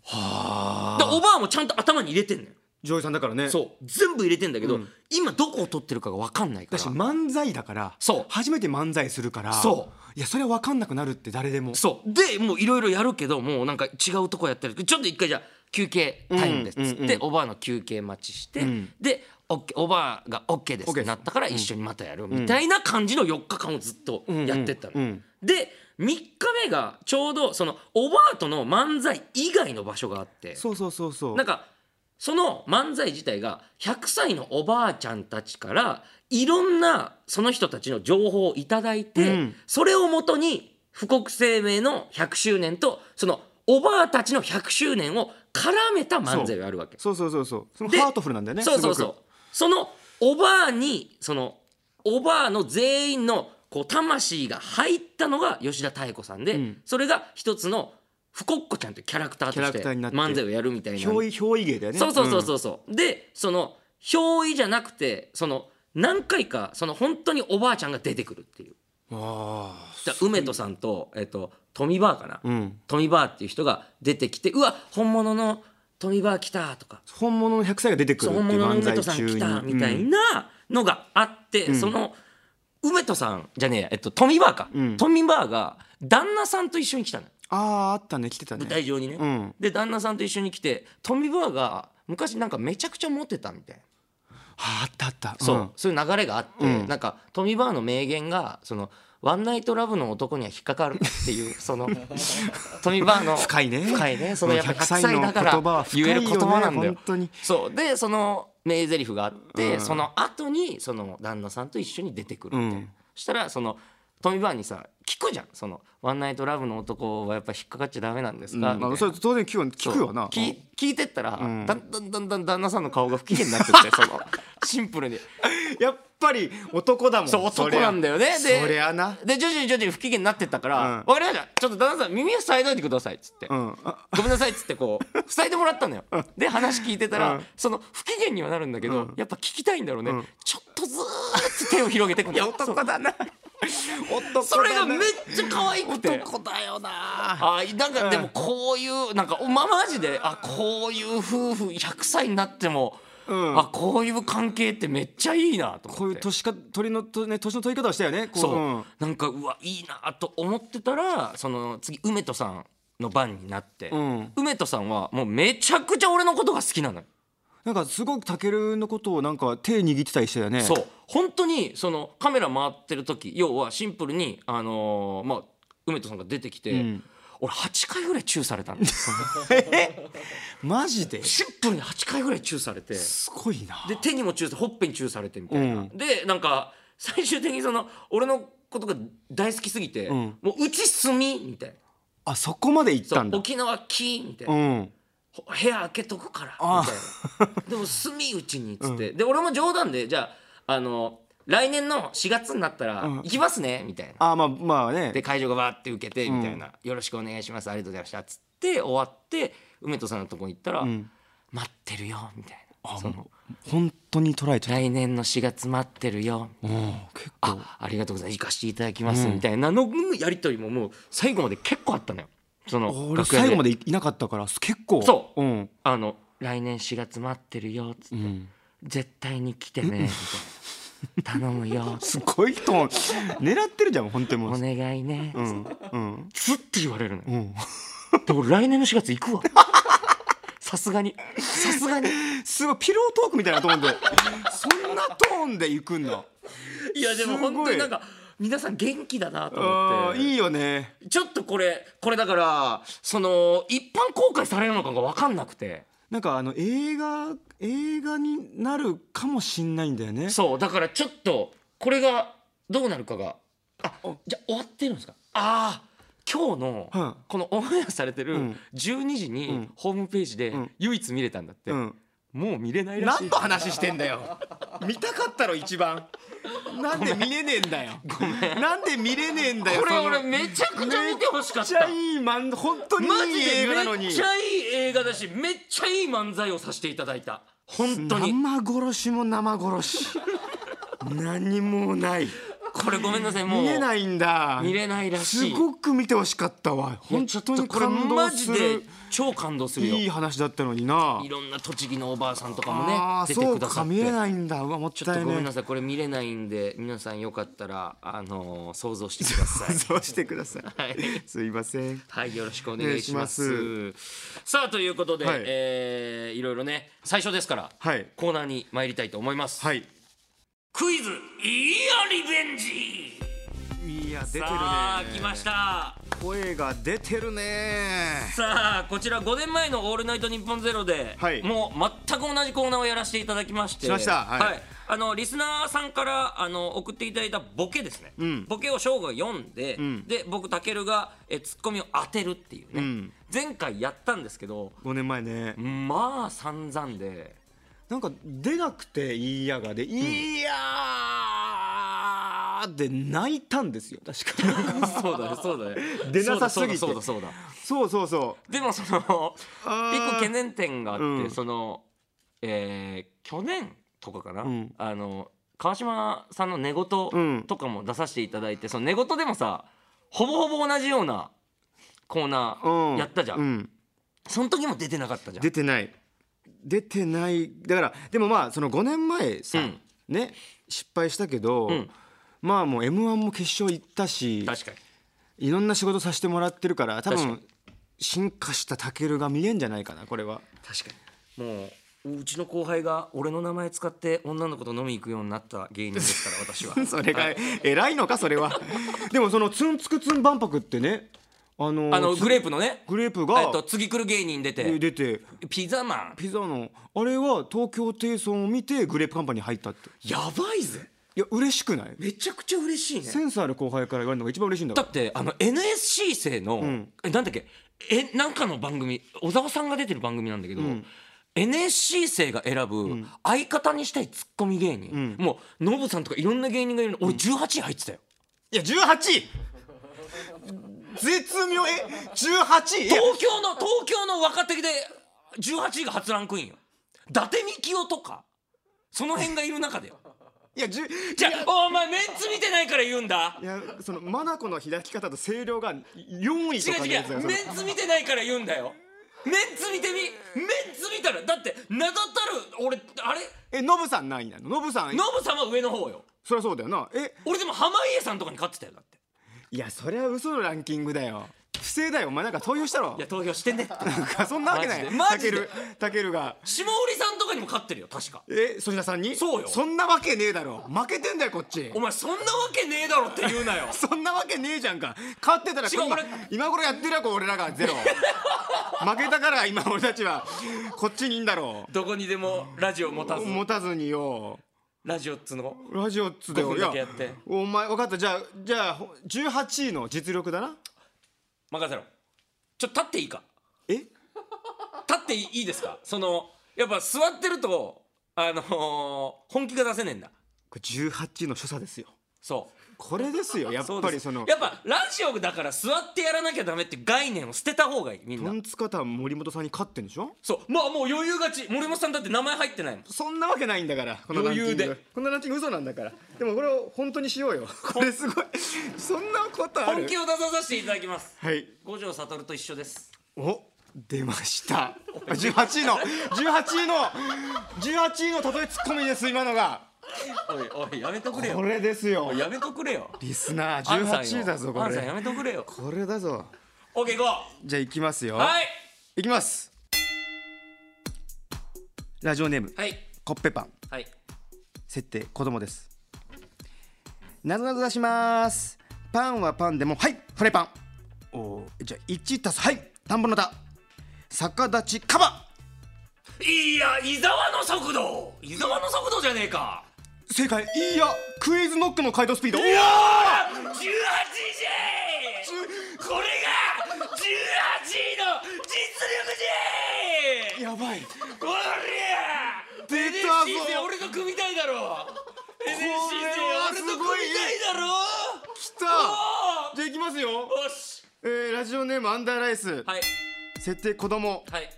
はあおばあもちゃんと頭に入れてんのよ
ジョイさんだからね
そう全部入れてんだけど、今どこを撮ってるかが分かんないか
だ
ら
し漫才だから
そう
初めて漫才するから
そう
やそれは分かんなくなるって誰でも
そうでもういろいろやるけどもうなんか違うとこやったりちょっと一回じゃあ休憩タイムですっつって、おばあの休憩待ちして、でオッケーおばあが OK ですってなったから一緒にまたやるみたいな感じの4日間をずっとやってったの。で3日目がちょうどそのおばあとの漫才以外の場所があって
そうそうそうそう
なんかその漫才自体が100歳のおばあちゃんたちからいろんなその人たちの情報をいただいて、
ん
それをもとに富国生命の100周年とそのおばあたちの100周年を絡めた漫才があるわけ。
そうそうそうそうその
で
ハートフルなんだよね
そうそう
す
そ
ご
う
く
そのおばあにそのおばあの全員のこう魂が入ったのが吉田妙子さんで、それが一つのふこっこちゃんというキャラクターとし
キャラ
て
クターになって
漫才をやるみたいな
憑依憑依芸だよね
そうそうそうそうそう、でその憑依じゃなくてその何回かその本当におばあちゃんが出てくるっていう
うんああ
じゃあ梅戸さんと,、えっとトミバーかな、
ん
トミバーっていう人が出てきてうわ本物のトミバー来たとか
本物の100歳が出てくる
そう
ってい
本
う
物の
漫
梅
才
戸さん
中
来
に
たみたい
うん
なのがあって、その梅戸さんじゃねえや、えっと、トミバーか、トミバーが旦那さんと一緒に来たのよ
あああったね来てたね
舞台上にね、
ん
で旦那さんと一緒に来てトミバーが昔なんかめちゃくちゃモテたみたいな。
ああったあった
そう、
ん
そういう流れがあって、なんかトミー・バーの名言がそのワンナイトラブの男には引っかかるっていう そのトミー・バーの
深いね
深いねそのやっぱ
100
100
歳
歳だから
の言葉は深い
言
よ
え
ね
る言葉なんだよ
本当に
そうでその名台詞があって、その後にその旦那さんと一緒に出てくるみたいな、
うん
そしたらそのトミー・バーにさ聞くじゃんそのワンナイトラブの男はやっぱ引っかかっちゃダメなんですか、みたい
ま
な
あ、それ当然聞くよ聞くよな
聞聞いてったら、
ん
だんだんだんだん旦那さんの顔が不機嫌になってってそのシンプルに。
やっぱり男だもん
そう
そ
男
りゃ
なんだよねで
そりゃな
で徐々に徐々に不機嫌になってったから
うん
「わ、かりましたちょっと旦那さん耳を塞いどいてください」っつって、
うんあ
ごめんなさい」っつってこ う塞いでもらったのよで話聞いてたら、その不機嫌にはなるんだけど、やっぱ聞きたいんだろうね、ちょっとずーっと手を広げてくるいや男だな
男だね
それがめっちゃ可愛くて男だよなあなんかでもこういうなんかおまマジであこういう夫婦100歳になっても、
ん
あこういう関係ってめっちゃいいなと思って
こういう年か鳥のとね年の取り方をしたよねこ
そう、
うん
なんかうわいいなと思ってたらその次梅戸さんの番になって、
ん
梅戸さんはもうめちゃくちゃ俺のことが好きなのよ、
なんかすごくタケルのことをなんか手握ってたりしたよね
そう本当にそのカメラ回ってる時要はシンプルにあのーまあ梅戸さんが出てきて、俺8回ぐらいチューされ たんですよ
マジで
シンプルに8回ぐらいチューされて
すごいな
で手にもチューされほっぺにチューされてみたいな、
うん
でなんか最終的にその俺のことが大好きすぎて、
ん
もううち住みみたいな
あそこまで行っ
そ
た
うん
だ
沖縄キーみたいな
う、ん
ほ部屋開けとくから
あ
みたいなでも住みうちにっつって、で俺も冗談でじゃああの来年の4月になったら行きますねみたいな。
ああまあまあね
で会場がわーって受けてみたいな、よろしくお願いしますありがとうございました」っつって終わって梅戸さんのとこに行ったら「待ってるよ」みたいなその
本当に捉
「
えちゃっ
来年の4月待ってるよ」
たうん結構
あありがとうございます行かせていただきます」みたいなののやり取りももう最後まで結構あったのよその
俺
楽屋
最後までいいなかったから結構
そう
うん
あの「来年4月待ってるよ」っつって、絶対に来てね」みたいな「頼む よ」
すごいトーン 狙ってるじゃん本当に
お
もう
願いね」
うんうん
ずっと言われるのよ
うん
でも来年の4月行くわ さすがにさすがに
すごいピロートークみたいなトーンでそんなトーンで行くんだ
いやでも
すごい
本当になんか皆さん元気だなと思
あ
っ
ー
て
いいよね
ちょっとこれこれだからその一般公開されるのかが分かんなくて
なんかあの映画映画になるかもしんないんだよね
そうだからちょっとこれがどうなるかがあじゃあ終わってるんですかああ今日
はい
のこのオンエアされて
う
る
ん
12時にホームページで
ん
唯一見れたんだって、
うん
もう見れないらし
何
い
の話してんだよ見たかったろ一番なんで見れねえんだよごめんなんで見れねえんだよ
これ
その
俺めちゃくちゃ見てほしか
めっ
っ
ちゃ
た
いい漫画本当にい
マジ
い映画なの
でめ
に
っちゃいい映画だしめっちゃいい漫才をさせていただいた本当に
生殺しも生殺し何もない
これごめんなさいもう
見えないんだ
見れないらしい
すごく見てほしかったわ
い
本
やちょっ
当
と
に
これ
感動
マジ
する
で超感動するよ
いい話だったのにない
ろんな栃木のおばあさんとかもね
あー
出てくだ
そうか
さって
見れないんだうわもっ
ちょったと
い
ごめん
ね
なさいこれ見れないんで皆さんよかったらあのー想像してください
そうしてください、
はい
すいません
はいよろしくお願いします
お
さあということで、
はい
いえーいろいろね最初ですから、
はい
コーナーに参りたいと思います、
はい
クイズいいやリベンジ
いや出てるね
さあ来ました
声が出てるね
さあこちら5年前の「オールナイトニッポンゼロで、
はい
もう全く同じコーナーをやらせていただきまして
しましたはい
あのリスナーさんからあの送っていただいたボケですね、ボケを翔吾が読んで、で僕たけるがえツッコミを当てるっていうね、前回やったんですけど
5年前ね
まあ散々 で
なんか出なくて「いいやが」で「いやー」で泣いたんですよ確か
そうだね そうだね
出なさすぎて
そうだ そうだそうだそうだ
そうそうそ
でもその
あー
一個懸念点があって、
うん
そのえー去年とかかな、
ん
あの川島さんの寝言
ん
とかも出させていただいて、その寝言でもさほぼほぼ同じようなコーナ
う、う
ーやったじゃん、
うん、
その時も出てなかったじゃん
出てない出てないだからでもまあその5年前さ、
うん
ね失敗したけど、
ん
まあもう m 1も決勝行ったし
確かに
いろんな仕事させてもらってるから多
確
分進化したタケルが見えんじゃないかなこれは
確かにもううちの後輩が俺の名前使って女の子と飲み行くようになった芸人ですから 私は
それが偉いのかそれ はでもそのツンツクツン万博ってねあの
あのグレープのね
グレープが
えっと、次来る芸人出て
出て
ピザマン
ピザのあれは東京テイソンを見てグレープカンパニーに入ったって
やばいぜ
いや嬉しくない
めちゃくちゃ嬉しいね
センスある後輩から言われるのが一番嬉しいんだか
だ
ら
ってあの NSC 生の、えなんだっけえなんかの番組小沢さんが出てる番組なんだけど、NSC 生が選ぶ相方にしたいツッコミ芸人、もうノブさんとかいろんな芸人がいるの俺18位入ってたよ、
いや18位絶妙え18位いや
東京の東京の若手で18位が初ランクインよ伊達みきおとかその辺がいる中でよ
いやじゅ
じゃあお前メンツ見てないから言うんだ
いやそのマナコの開き方と声量が4位と
違
か
う
の
違
やつだよ
う
その
メンツ見てないから言うんだよメンツ見てみメンツ見たらだって名だたる俺あれ
えノブさん何位なのノブさん
ノブさんは上の方よ
そりゃそうだよなえ
俺でも濱家さんとかに勝ってたよだって
いやそりゃ嘘のランキングだよ不正だよお前なんか投票したろ
いや投票してね
なんかそんなわけない
マジで
タケ
マ
ルタケルが
下織さんとかにも勝ってるよ確か
え粗品さんに
そうよ
そんなわけねえだろ負けてんだよこっち
お前そんなわけねえだろって言うなよ
そんなわけねえじゃんか勝ってたら
違う
今
俺
今頃やってるよこう俺らがゼ ロ負けたから今俺たちはこっちにいんだろ
どこにでもラジオ持たず
持たずによ
ラジオっつうの
ラジオっつで
5
よ
分だけやって
いお前分かったじゃあじゃあほ18位の実力だな
任せろちょっと立っていいか
え
立っていいですかそのやっぱ座ってるとあのー本気が出せねえんだ
これ18の所作ですよ
そう
これですよやっ
そう
ぱ
で
り
す
その
やっぱラジオだから座ってやらなきゃダメって概念を捨てた方がいいみん
ト
な
ンツカタン森本さんに勝ってんでしょ
そうまあもう余裕勝ち森本さんだって名前入ってないもん
そんなわけないんだからこのラン
余
キン
裕で
グこのランキング嘘なんだからでもこれを本当にしようよこれすごいそんなことある
本気を出ささせていただきます
はい
五条悟と一緒です
お出ました18位の18位の18位の例えツッコミです今のが
おいおいやめとくれよ
これですよ
やめとくれよ
リスナー
アンさんよ
18位だぞこ
アンさんや
れ
めとくれよ
これだぞ
OK 行こ
じゃあ行きますよ
うはい
いきますラジオネーム
はい
コッペパン
はい
設定子供ですなぞなぞ出しますパンはパンでもはいフライパンおーじゃあ1たすはい田んぼの田逆立ちカバ
いや伊沢の速度伊沢の速度じゃねえか
正解いいやクイズノックの回答スピード
いやー 18J これが18の実力 J
やばい
こりゃ
出たぞ
NSC 生俺と組みたいだろ NSC 生俺と組みたいだろ
きたじゃあいきますよ
おーよし
えー、ラジオネームアンダーライス、
はい
設定子供
はい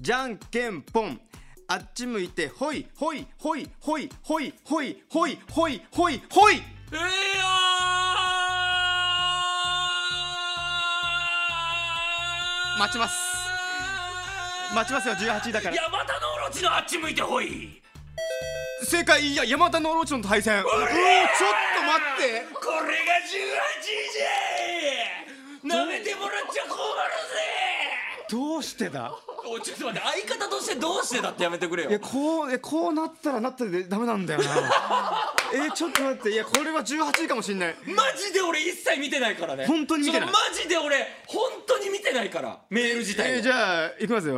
じゃんけんぽんあっち向いてほいほいほいほいほいほいほいほいほいほい
えーやー
待ちます待ちますよ18位だから
山田のオロチのあっち向いてほい
正解いや山田のオロチョンと対戦うおーちょっと待って
これが 18J なめてもらっちゃ困る
どうしてだ
ぜおいちょっと待って相方としてどうしてだってやめてくれよ
いやこうえこうなったらなったでダメなんだよな えー、ちょっと待っていやこれは18位かもしんない
マジで俺一切見てないからね
本当に見てない
そのマジで俺本当に見てないからメール自体を
えーじゃあ行きますよ、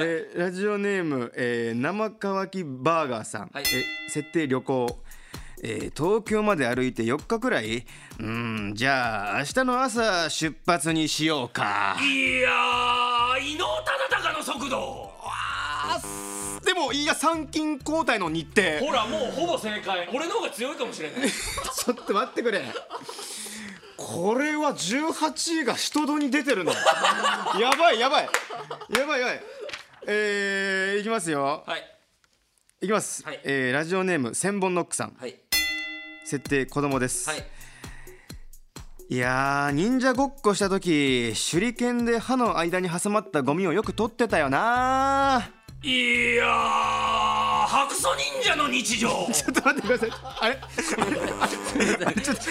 えーラジオネーム、えー生乾きバーガーさん、
はい
えー設定旅行、えー東京まで歩いて4日くらいうーんじゃあ明日の朝出発にしようか
いやー伊能忠敬の速度
でもいや参勤交代の日程
ほらもうほぼ正解俺の方が強いかもしれない
ちょっと待ってくれこれは18位が人戸に出てるのやばいやばいやばいやばいえー、いきますよ
はい
いきます、
はい
えーラジオネーム千本ノックさん
はい
設定子供です、
はい
いやー忍者ごっこした時手裏剣で歯の間に挟まったゴミをよく取ってたよない
やー白素忍者の日常
ちょっと待ってくださいあれ
ちょっとそ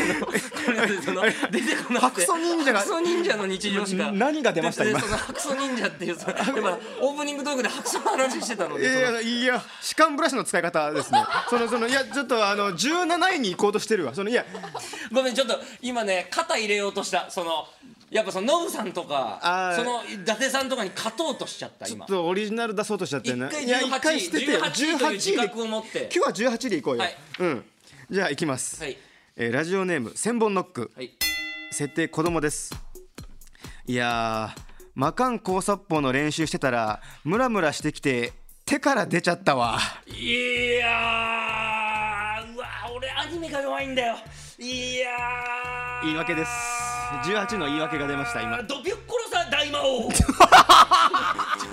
の出てこなくて
白素忍者が
白素忍者の日常しか
何が出ました
で
今
でその白素忍者っていうそのやっぱオープニングトークで白素の話してたの
い
でその
やいや歯間ブラシの使い方ですねそのそのいやちょっとあの17位に行こうとしてるわそのいや
ごめんちょっと今ね肩入れようとしたそのやっぱそのノブさんとか
あー
その伊達さんとかに勝とうとしちゃった
ちょ
今
っとオリジナル出そうとしちゃって
一
ね
回
いや
18
一回捨ててよ
18という自
18位で
覚を持って
今日は18で行こうよ、
はい
うんじゃあ行きます、
はい
えーラジオネーム千本ノック、
はい
設定子供ですいやー魔漢高殺法の練習してたらムラムラしてきて手から出ちゃったわ
いやーうわー俺アニメが弱いんだよいやー
言い訳です18の言い訳が出ました今
ドピュッコロさ大魔王ちょ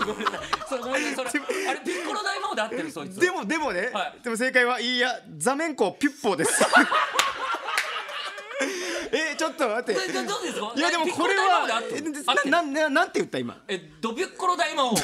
ごめんなさいそれごめんなさいそれあれピッコロ大魔王で合ってるそいつ
でもでもね、
はい
でも正解はいいや座面校ピュッポーです えちょっと待って
えどどうですか
いやでもこ
ピッコロ
れは
大魔王で合ってる合って
え
る
ななななんて言った今
えドピュッコロ大魔王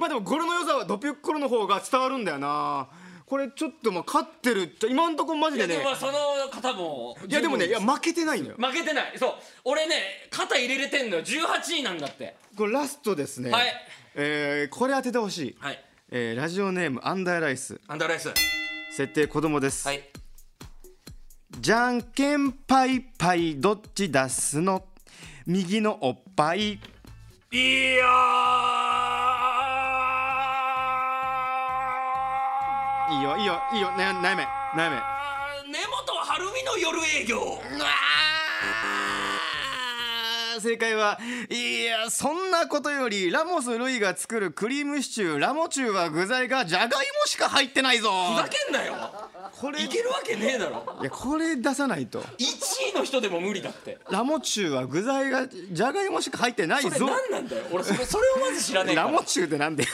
まあでも語呂の良さはドピュッコロの方が伝わるんだよなこれちょっとまあ勝ってるっちゃ今んとこマジ
いや
でね
でもまあその方も
いやでもねいや負けてないのよ
負けてないそう俺ね肩入れれてんのよ18位なんだって
これラストですね
はい
えーこれ当ててほしい、
はい
えーラジオネームアンダーライス
アンダーライス
設定子供です、
はい
じゃんけんパイパイどっち出すの右のおっぱい
いや
いいよいいよいいよ悩悩め悩め
根本晴美の夜営業
あー正解はいやそんなことよりラモス・ルイが作るクリームシチューラモチューは具材がじゃがいもしか入ってないぞ
ふざけんなよ
これ
いけるわけねえだろ
いやこれ出さないと
1位の人でも無理だって
ラモチュウは具材がじゃがいもしか入ってない
それ
ぞ
何なんだよ俺それそれをまず知らねえか
ラ
ら
モチュウってなんだよ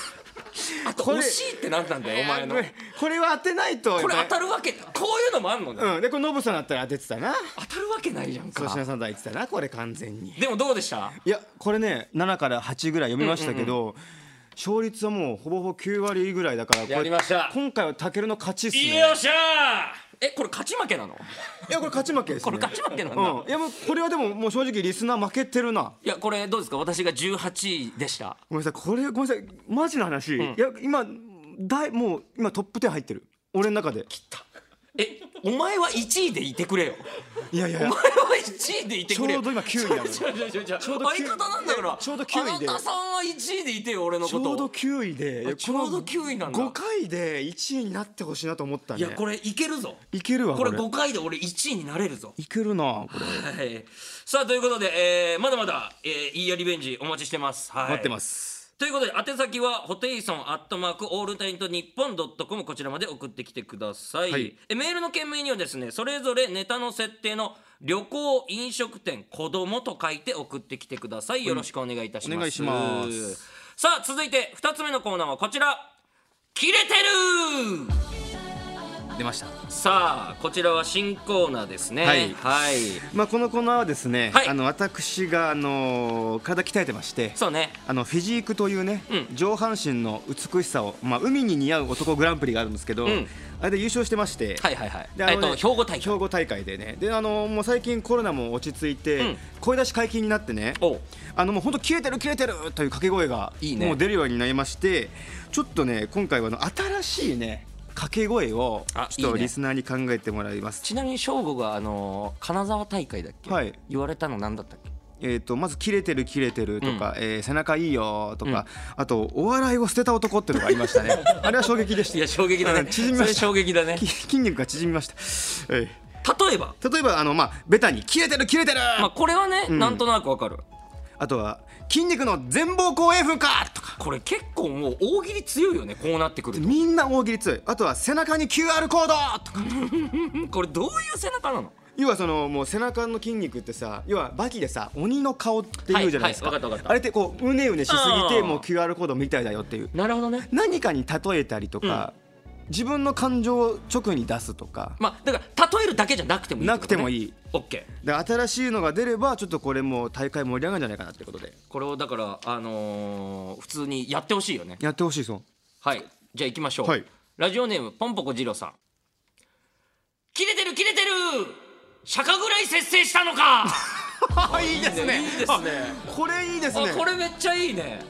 あと
これ
惜しいって何なんだよお前の
やべこれは当てないと
これ
やっ
当
ぱ
たるわけこういうのもあんのね、
うんでこれノブさんだったら当ててたな
当たるわけないじゃん
粗
か
品さんだ言ってたなこれ完全に
でもどうでした
いやこれね7から8ぐらい読みましたけど、勝率はもうほぼほぼ9割ぐらいだからこれ
やりました
今回はタケルの勝ちっすね
よっしゃーえこれ勝ち負けなの
いやこれ勝ち負けですね
これ勝ち負けなんだ、
うん、いやもうこれはでももう正直リスナー負けてるない
やこれどうですか私が18位でした
ごめんなさいこれごめんなさいマジの話、いや今大もう今トップ10入ってる俺の中で
えお前は1位でいてくれ よ
いやいやい
お
や
前は1位でいて
ちょ
くれよ
うど今9位なの
ちょちょちょちょ
ょうど九位
相方なんだから
ちょうど九位で
あなたさんは1位でいてよ俺の
ち
こ
ょ
と
うど9位で
あちょうど9位なんだ
5回で1位になってほしいなと思ったね
いやこれいけるぞ
いけるわ
こ
これ
れ5回で俺1位になれるぞ
いけるなこれ
はいさあということで、えーまだまだ、えー、いいやリベンジお待ちしてます、はい、
待ってますす
ということで宛先はホテイソンアットマークオールナイトニッポンドットコムこちらまで送ってきてください、
はい
えメールの件名にはですねそれぞれネタの設定の旅行飲食店子供と書いて送ってきてくださいよろしくお願いいたします、
お願いします
さあ続いて2つ目のコーナーはこちら切れてる
出ました
さあこちらは新コーナーですね
はい
はい、
まあこのコーナーはですね、
はい
あの私があの体鍛えてまして
そうね
あのフィジークというね、
うん
上半身の美しさを、まあ、海に似合う男グランプリがあるんですけど、
ん
あれで優勝してまして、
はいはいはい
であ
えっ
のね
と兵庫大会
兵庫大会でねであのもう最近コロナも落ち着いて、
うん
声出し解禁になってね
おう
あのもう本当切れてる切れてるという掛け声が
いいね
もう出るようになりましてちょっとね今回はあの新しいね掛け声を
あ
ち
い
ょっ
い
と
ね
リスナーに考えてもらいます
ちなみに省吾があの金沢大会だっけ、
はい
言われたの何だったっけ
えー、とまず「切れてる切れてる」とか、えー背中いいよ」とか、あと「お笑いを捨てた男」っていうのがありまし たねあれは衝撃でした
いや衝撃だ
う
ね
ん縮みま
それ
した
衝撃だね
き筋肉が縮みました、ええ
例えば、
例えばあのまあベタに「切れてる切れてる!」
まあ、これはね、なんとなくわかる
あとは「筋肉の全貌後円墳か!」とか
これ結構もう大喜利強いよねこうなってくると
みんな大喜利強いあとは「背中に QR コード!」とか
これどういう背中なの
要はそのもう背中の筋肉ってさ要はバキでさ鬼の顔っていうじゃないですか,、
はいはいわかったわかった
あれってこううねうねしすぎ
あ
て
ー
もう QR コードみたいだよっていう
なるほどね
何かに例えたりとか、自分の感情を直に出すとか、
まあだから例えるだけじゃなくてもいい
なくてもい
い
い
OK
で新しいのが出ればちょっとこれも大会盛り上がるんじゃないかなってことで
これをだからあのー普通にやってほしいよね
やってほしいぞ
はいじゃあ行きましょう、
はい
ラジオネームポンポコ二郎さん切れてる切れてる釈迦ぐらい節制したの か
あいいですね
いいねいいですね
あこれいいですね
あこれめっちゃいいね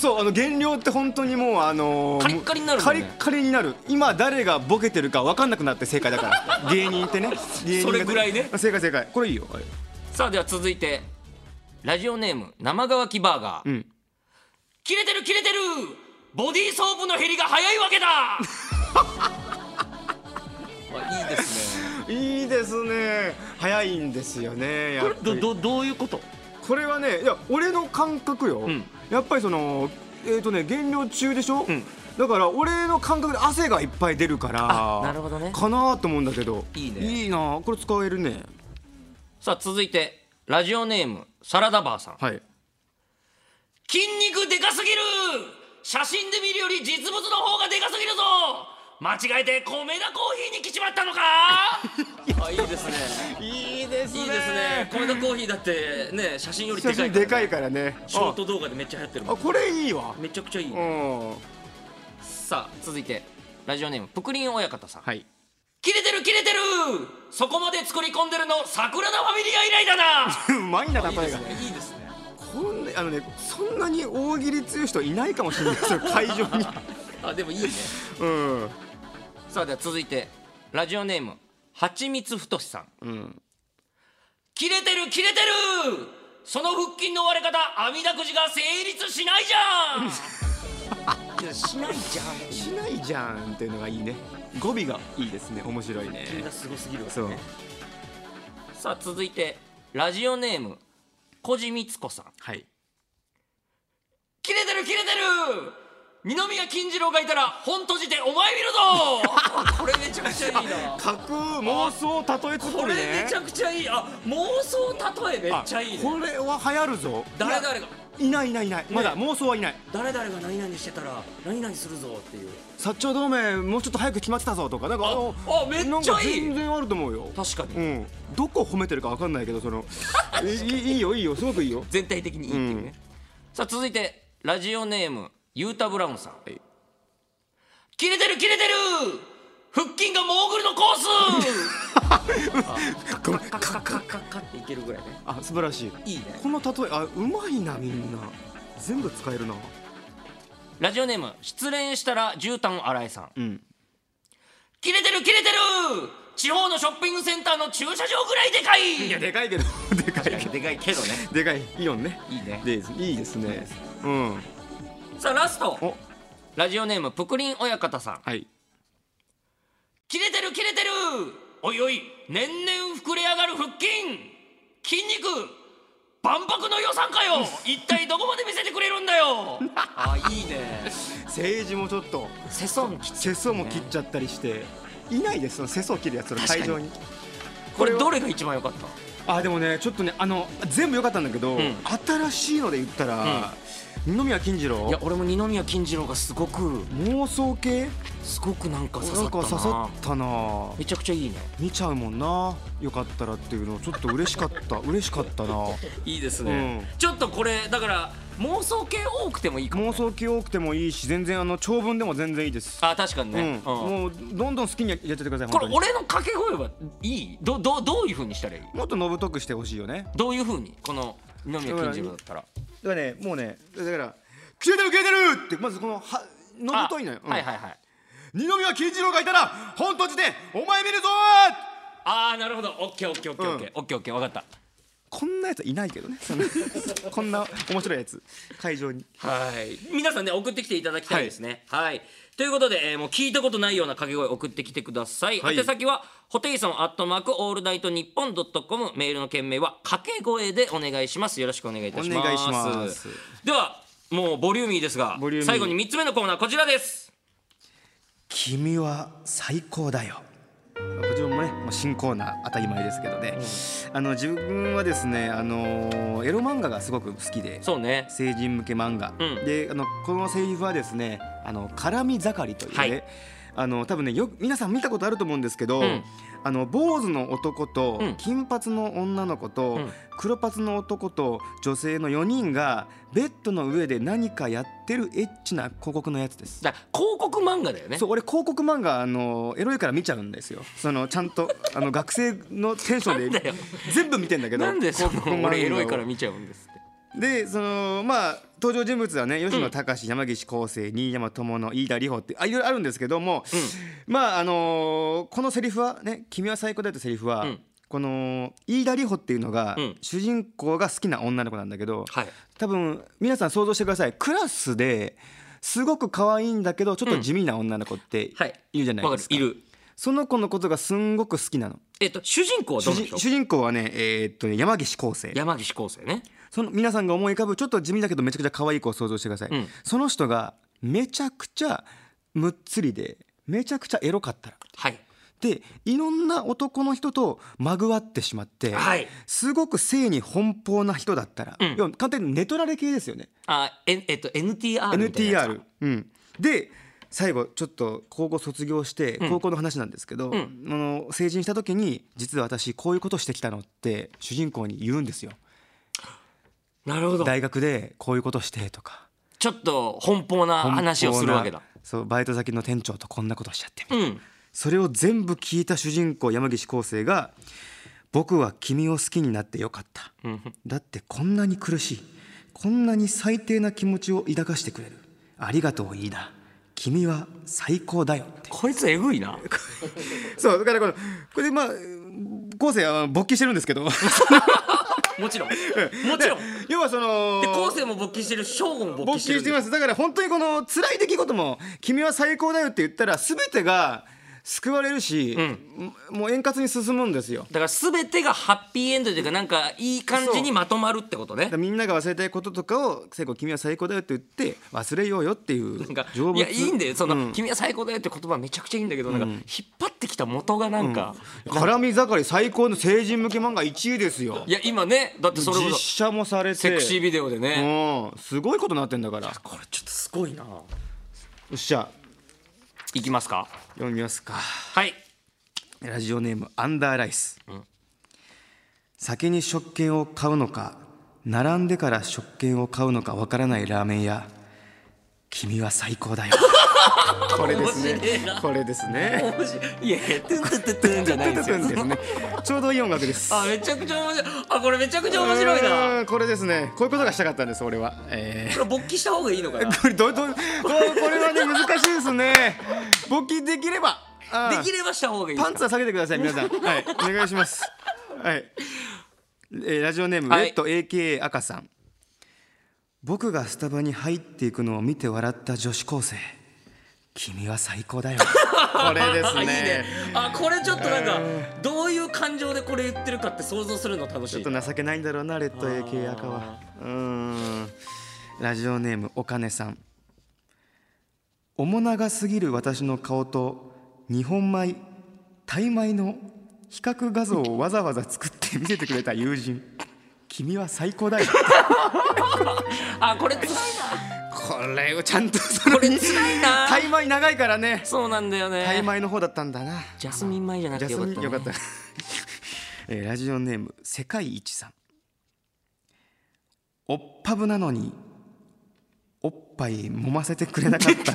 そうあの減量って本当にもうあのー
カリッカリになるも
カ
んね
リッカリになる今誰がボケてるか分かんなくなって正解だか ら芸人ってね芸人が
それぐらいね
正解正解これいいよあれ
さあでは続いてラジオネーム生乾きバーガー、
ん
切れてる切れてるボディーソープの減りが早いわけだ あいいですね
いいですね早いんですよねやっぱり
どどういうこと
これはねいや俺の感覚よ、
ん
やっぱりそのえっ、とね減量中でしょ、
ん
だから俺の感覚で汗がいっぱい出るから
あなるほどね
かなと思うんだけど
いいね
いいなこれ使えるね
さあ続いてラジオネームサラダバーさん
はい
筋肉でかすぎる写真で見るより実物の方がでかすぎるぞ間違えて米田コーヒーに来ちまったのか あいいですね
いいです
いいですね米田コーヒーだってね写真よりで
写
かい
真
からね
でかいからね
ショート動画でめっちゃ流行ってる
あ
も
あ
ん
これいいわ
めちゃくちゃいい、
うん
さあ続いてラジオネームプクリン親方さん、
はい
切れてる切れてるそこまで作り込んでるの桜田ファミリア以来だな
うまいな例えが
いいですね
こんなあのねそんなに大喜利強い人いないかもしれないですよ会場 に
あでもいいね
うん
さあでは続いてラジオネームはちみつふとしさん、
ん
切れてる切れてるその腹筋の割れ方あみだくじが成立しないじゃんいやしないじゃん
しないじゃんっていうのがいいね語尾がいいですね面白いね
がすごすぎるわ
そう
さあ続いてラジオネーム小路光子さん
はい
切れてる切れてる二宮金次郎がいたら本閉じてお前見るぞこれめちゃくちゃいいな
架空妄想例えツッ
こ
コ
れ
ミ
め
ね
ちゃくちゃいいあ妄想例えめっちゃいい
あ
ね
これは流行るぞ
誰々が
いないいないいないまだ妄想はいない
誰々が何々してたら何々するぞっていう
薩長同盟もうちょっと早く決まってたぞとかなんか
あ
の
あめっちゃいい
なんか全然あると思うよ
確かに、
うんどこ褒めてるかわかんないけど そのいいいいよいいよすごくいいよ
全体的にいいっていうね、さあ続いてラジオネームゆうたブラウンさん、切れてる切れてる腹筋がモーグルのコースカカカカカカっていけるぐらいね
あ素晴らしい
いいね
この例えあうまいなみんな全部使えるな
ラジオネーム失恋したら絨毯新井さん、
ん
切れてる切れてる地方のショッピングセンターの駐車場ぐらいでかい
でかいけどでかいけど
でかいけどね
でかいイオンね
いいね
でいいですねうん
さあラスト
お
ラジオネームぷくりん親方さん
はい
切れてる切れてるおいおい年々膨れ上がる腹筋筋肉万博の予算かよ一体どこまで見せてくれるんだよあいいね
政治もちょっと
世相もきつい
世相も切っちゃったりしていないですその世相切るやつの会場に
これ
これは
どれが一番良かった
あでもねちょっとねあの全部良かったんだけど、
ん
新しいので言ったら、二宮金次郎
いや俺も二宮金次郎がすごく
妄想系
すごくなんか刺
な
さった
んか
な
刺さったな
めちゃくちゃいいね
見ちゃうもんなよかったらっていうのちょっと嬉しかった嬉しかったない
いです
ね
ちょっとこれだから妄想系多くてもいいかも、ね、
妄想系多くてもいいし全然あの長文でも全然いいです
あ確かにね、
うん、
うん
もうどんどん好きにやっちゃってください
こ
本
れ
当に
俺の掛け声はいいどどどういうふうにしたらいい
もっとのぶとくしてほしいよね
どういうふうにこの二宮金次郎だったら
だからねもうねだから「消えてる消えてる!」ってまずこのはのぶといのよ、
あはいはいはい
うん二宮金次郎がいたら本閉じてお前見るぞー
ああなるほどオッケーオッケーオッケーオッケーオッケーオッケー分かった
こんなやついないけどねそのこんな面白いやつ会場に
はい皆さんね送ってきていただきたいですねはい、ということで、えーもう聞いたことないような掛け声送ってきてください、
はい
宛先はホテイソンアットマークオールナイトニッポンドットコムメールの件名は掛け声でお願いしますよろしくお願いいたします
お願いします
ではもうボリューミーですが
ボリューミー
最後に3つ目のコーナーこちらです
君は最高だよこちらもねもう新コーナー当たり前ですけどね、あの自分はですねあのーエロ漫画がすごく好きで
そうね
成人向け漫画、
うん
であのこのセリフはですね「あの絡み盛り」というね、
はい
あの多分ねよく皆さん見たことあると思うんですけど、
うん
あの坊主の男と
うん
金髪の女の子と、
ん
黒髪の男と女性の4人がベッドの上で何かやってるエッチな広告のやつです。
だから広告漫画だよね
そう俺広告漫画あのエロいから見ちゃうんですよそのちゃんとあの学生のテンション
なんだ
で
よ
全部見てんだけど
なんでそ
広告漫
の
画を
俺エロいから見ちゃうんですって
でそのまあ登場人物はね吉野隆、山岸康生新山智乃飯田里穂ってあいろいろあるんですけども、まああのーこのセリフはね「君は最高だよ」ってセリフは、
ん
この飯田里穂っていうのが、
ん
主人公が好きな女の子なんだけど、
はい
多分皆さん想像してくださいクラスですごく可愛いんだけどちょっと地味な女の子って
はい
いるじゃないですか,、
わかるいる
その子のことがすんごく好きなの
えっと主人公はど
主
の
人
人
主人公はねえーっとね山岸康生
山岸康生ね
その皆さんが思い浮かぶちょっと地味だけどめちゃくちゃ可愛い子を想像してください、
ん
その人がめちゃくちゃむっつりでめちゃくちゃエロかったら
はい
でいろんな男の人とまぐわってしまって、
はい
すごく性に奔放な人だったら、
ん
要は簡単にネトラレ系ですよね
あええっと NTR みたいなやつ
NTR、うん、で最後ちょっと高校卒業して高校の話なんですけど、あの成人した時に実は私こういうことしてきたのって主人公に言うんですよ
なるほど
大学でこういうことしてとか
ちょっと奔放な話をするわけだ
そうバイト先の店長とこんなことしちゃってみたいな
うん
それを全部聞いた主人公山岸康生が「僕は君を好きになってよかった」だってこんなに苦しいこんなに最低な気持ちを抱かしてくれるありがとう飯田君は最高だよって
こいつえぐいな
そうだからこのこれでまあ康生は勃起してるんですけ ども
もちろんもちろんで
要はその
昴生も勃起してる省吾も勃
勃
起して
起
る
してますだから本当にこの辛い出来事も「君は最高だよ」って言ったら全てが救われるし、もう円滑に進むんですよ。
だから全てがハッピーエンドというかなんかいい感じにまとまるってことね
だからみんなが忘れたいこととかを「聖子君は最高だよ」って言って忘れようよっていう
なんかい
成仏
やいいんだよその、
うん
君は最高だよ」って言葉めちゃくちゃいいんだけど、なんか引っ張ってきた元がなんか、
絡み盛り最高の成人向け漫画1位ですよ
いや今ねだってそれこ
実
そ
写もされて
セクシービデオでね、
うんすごいことになってんだからよ
これちょっとすごいな
っしゃ
いきますか
読みますか
はい
ラジオネームアンダーライス、先に食券を買うのか並んでから食券を買うのかわからないラーメン屋君は最高だよ これですね
面白いな
これですね
面白いいやトゥントゥントゥントゥンじゃないですよ
ちょうどいい音楽です
あめちゃくちゃ面白いあこれめちゃくちゃ面白いな
うーんこれですねこういうことがしたかったんです俺は、え
これ勃起した方がいいのかな
ー、これ どうどうこうこれはね難しいですね募金できればあー
できればした方がいいです
パ
か
ンツは下げてください皆さんはいお願いしますはい、えーラジオネーム、
はい
レッド AKA 赤さん僕がスタバに入っていくのを見て笑った女子高生君は最高だよ これです
あ
ね
いいねあこれちょっとなんかどういう感情でこれ言ってるかって想像するの楽しい
ちょっと情けないんだろうなレッド AK 赤はうーんラジオネームお金さんおもながすぎる私の顔と日本米タイ米の比較画像をわざわざ作って見せてくれた友人君は最高だよ
あこれ辛い
これをちゃんとその
これ辛いな
タイ米長いからね
なそうなんだよね
タイ米の方だったんだな
ジャスミン米じゃな
ジ
く
ャ
て
ス
よかっ
ミ
た、ね、
ンよかった。 えーラジオネーム世界一さん。おっぱぶなのにおっぱい揉ませてくれな かった。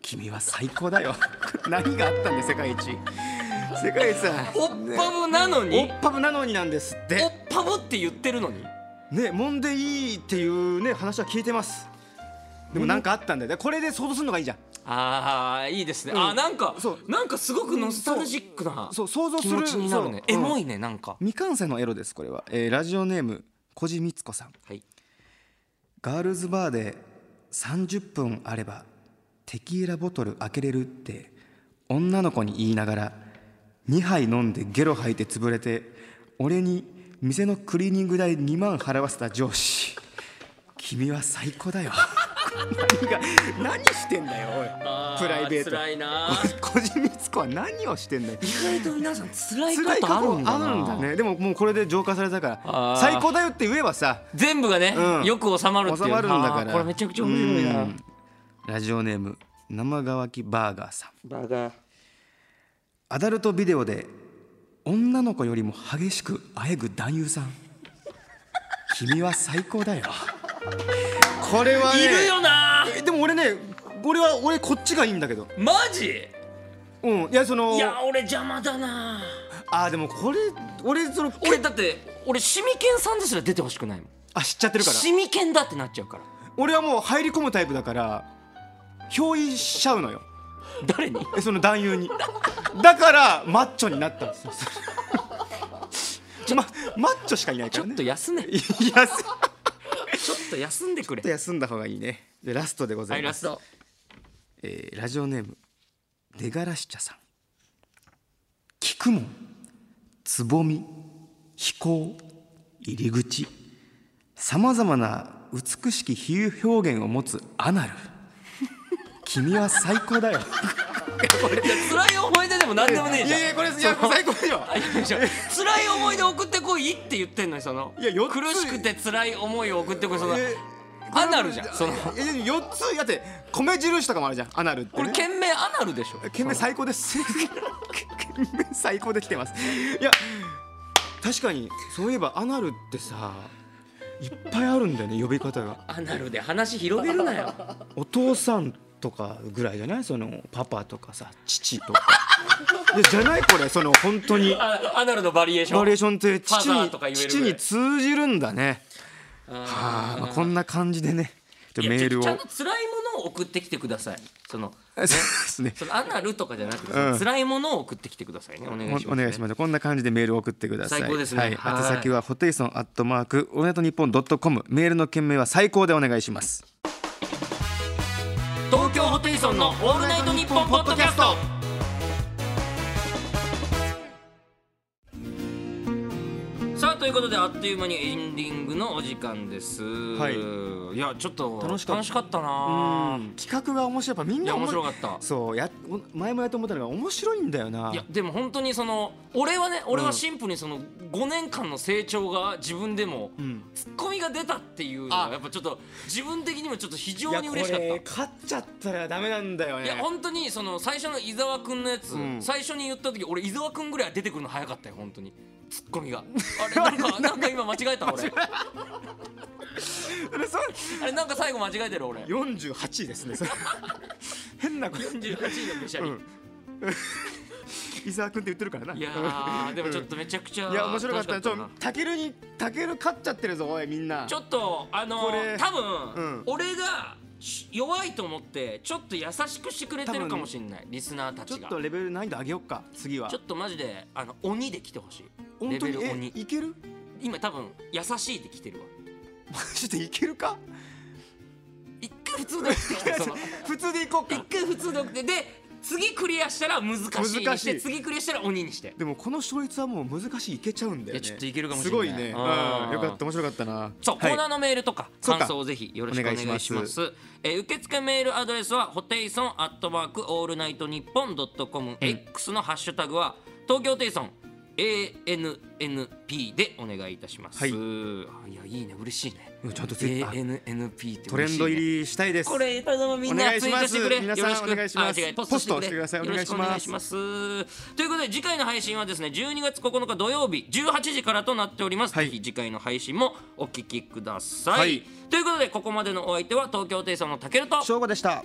君は最高だよ。 何があったんだ世界一。世界一さん。
おっぱぶなの
お
に
っぱぶなのになんですっ。
おってぱぶって言ってるのに
ね揉んでいいっていうね話は聞いてます。でもなんかあったんだよ。でこれで想像するのがいいじゃん。
ああいいですね、
ん
あなんか
そう
なんかすごくノスタルジックな
そう想像す
気
る
持ちになるね
そう
エ
うん
モいねなんか、
未完成のエロですこれは。えーラジオネーム小路光子さん。
はい、
ガールズバーで30分あればテキーラボトル開けれるって女の子に言いながら2杯飲んでゲロ吐いて潰れて俺に店のクリーニング代2万払わせた上司君は最高だよ 何が何してんだよおい
あ
プライベート
辛いな
小路光子は何をしてんだよ
意外と皆さん辛い
辛い
こ
ことと
あ
あ
る
る
ん
ん
だ
だ
な
ねでももうこれで浄化されたか
あ
ら
ー
最高だよって言えばさ
全部がね、
うん
よく収まるっていう
収まるんだか
あー
ら
これめちゃくちゃ面白いな、
うんラジオネーム生乾きバーガーさん
バカ
アダルトビデオで女の子よりも激しくあえぐ男優さん君は最高だよこれはいね
るよな
えでも俺ね俺は俺こっちがいいんだけど
マジ
うんいやその
いや俺邪魔だな
あーでもこれ俺その
俺だって俺シミケンさんですら出てほしくないもん
あ知っちゃってるから
シミケンだってなっちゃうから
俺はもう入り込むタイプだから憑依しちゃうのよ
誰に
えその男優にだからマッチョになったんですよま、マッチョしかいないか
ち
ら
ょっ
ね
と休め
いやちょ
ちょっと休んでくれ
っと休んだ方がいいねでラストでござ
はいい
ま
ラ
す、
スト
えーラジオネーム出がらし茶さん聞くもんつぼみ飛行入り口さまざまな美しき比喩表現を持つアナル 君は最高だよ
辛い思い出でも何でもねえじゃん
これいや最高だよ
辛い思い出送ってこいって言ってんのにその
いや四つ
苦しくて辛い思いを送ってこいその
え
アナルじゃんその
え4つだって米印とかもあるじゃんアナルって、
これ
ね、
懸命アナルでしょ
懸命最高です懸命最高できてますいや確かにそういえばアナルってさいっぱいあるんだよね呼び方が
アナルで話広げるなよ
お父さんとかぐらいじゃないそのパパとかさ父とかいやじゃないこれその本当に
あ アナルのバリエーション
バリエーションって父
ファザー
に
とか言えるぐら
父
い
に通じるんだねはあ、まあ、こんな感じでねちょっとメールを
いやちょっとちゃんと辛いものを送ってきてくださいその
そうですね
そのアナルとかじゃなくて、その辛いものを送ってきてくださいねお願いします、
お願いします。こんな感じでメールを送ってください。
最高ですね
はい。
はい
宛先はホテイソンアットマークオネットニッポンドットコム。メールの件名は最高でお願いします。
東京ホテイソンのオールナイトニッポンポッドキャストということであっという間にエンディングのお時間です、、
はい
やちょっと
楽
楽
し
し
かっ
か
た
ったな
企画が面白いやっぱみん
い
な
や面
い
白かった
そうや前もやって思ったのが面白いんだよない
やでも本当にその俺はね俺はシンプルにその5年間の成長が自分でも
ん
ツッコミが出たっていうのがやっぱちょっと自分的にもちょっと非常に嬉しかった。
い
い
や
や
これ勝っちゃったらダメなんだよね
本当にその最初の伊沢くんのやつ、
ん
最初に言った時俺伊沢くんぐらい出てくるの早かったよ本当にツッコミがあれなんかなんか今間違え た俺
それそれ
あれなんか最後間違えてる俺
48位ですねそれ変なこと
48位の武者に、
伊沢君って言ってるからない
やーでもちょっとめちゃくちゃ
いや面白かった
楽
ち
し
ょ
な
タケルにタケル勝っちゃってるぞおいみんな
ちょっとあの
これ
ー、多分、
うん
俺がし弱いと思ってちょっと優しくしてくれてるかもしれないリスナーた
ちょ
ち
っ
が
とレベル難易度上げよっか次は
ちょっとマジであの鬼で来てほしい
本
レ
当
ベ
に
ル
え
鬼
いける
今多分優しいで来てるわ
マジでいけるか
一回普通で来てきて その
普通でいこう
一
か
回普通で来てで次クリアしたら難しいに
難
し
してい
次クリアしたら鬼にして
でもこの勝率はもう難しいいけちゃうんだよね
いやちょっといけるかもしれない
すごいねうんよ
あー
かった面白かったな
そう、
はい
コーナーのメールとか
そうか
感想をぜひよろしくお願いします
お願いし
えー受付メールアドレスはホテイソンアットマークオールナイトニッポンドットコム X のハッシュタグは東京テイソン ANNP でお願いいたします、
はい
あいやいいね嬉しいね
うんちゃんとツイッター
ANNP って嬉しい、ね、
トレンド入りしたいです
これただみん
お
な
願い
ツ
し
イー
ます
トしてくれ
皆さ
よ
ん
ろしく
お願いします
あ違うポストしてく
ポストしてくださいお
れよろ
願い
しく
し
お
ます
願いしますということで次回の配信はですね12月9日土曜日18時からとなっております、
は
ぜ
い
ひ次回の配信もお聞きください、
はい
ということでここまでのお相手は東京テイソンのたけると
正午でした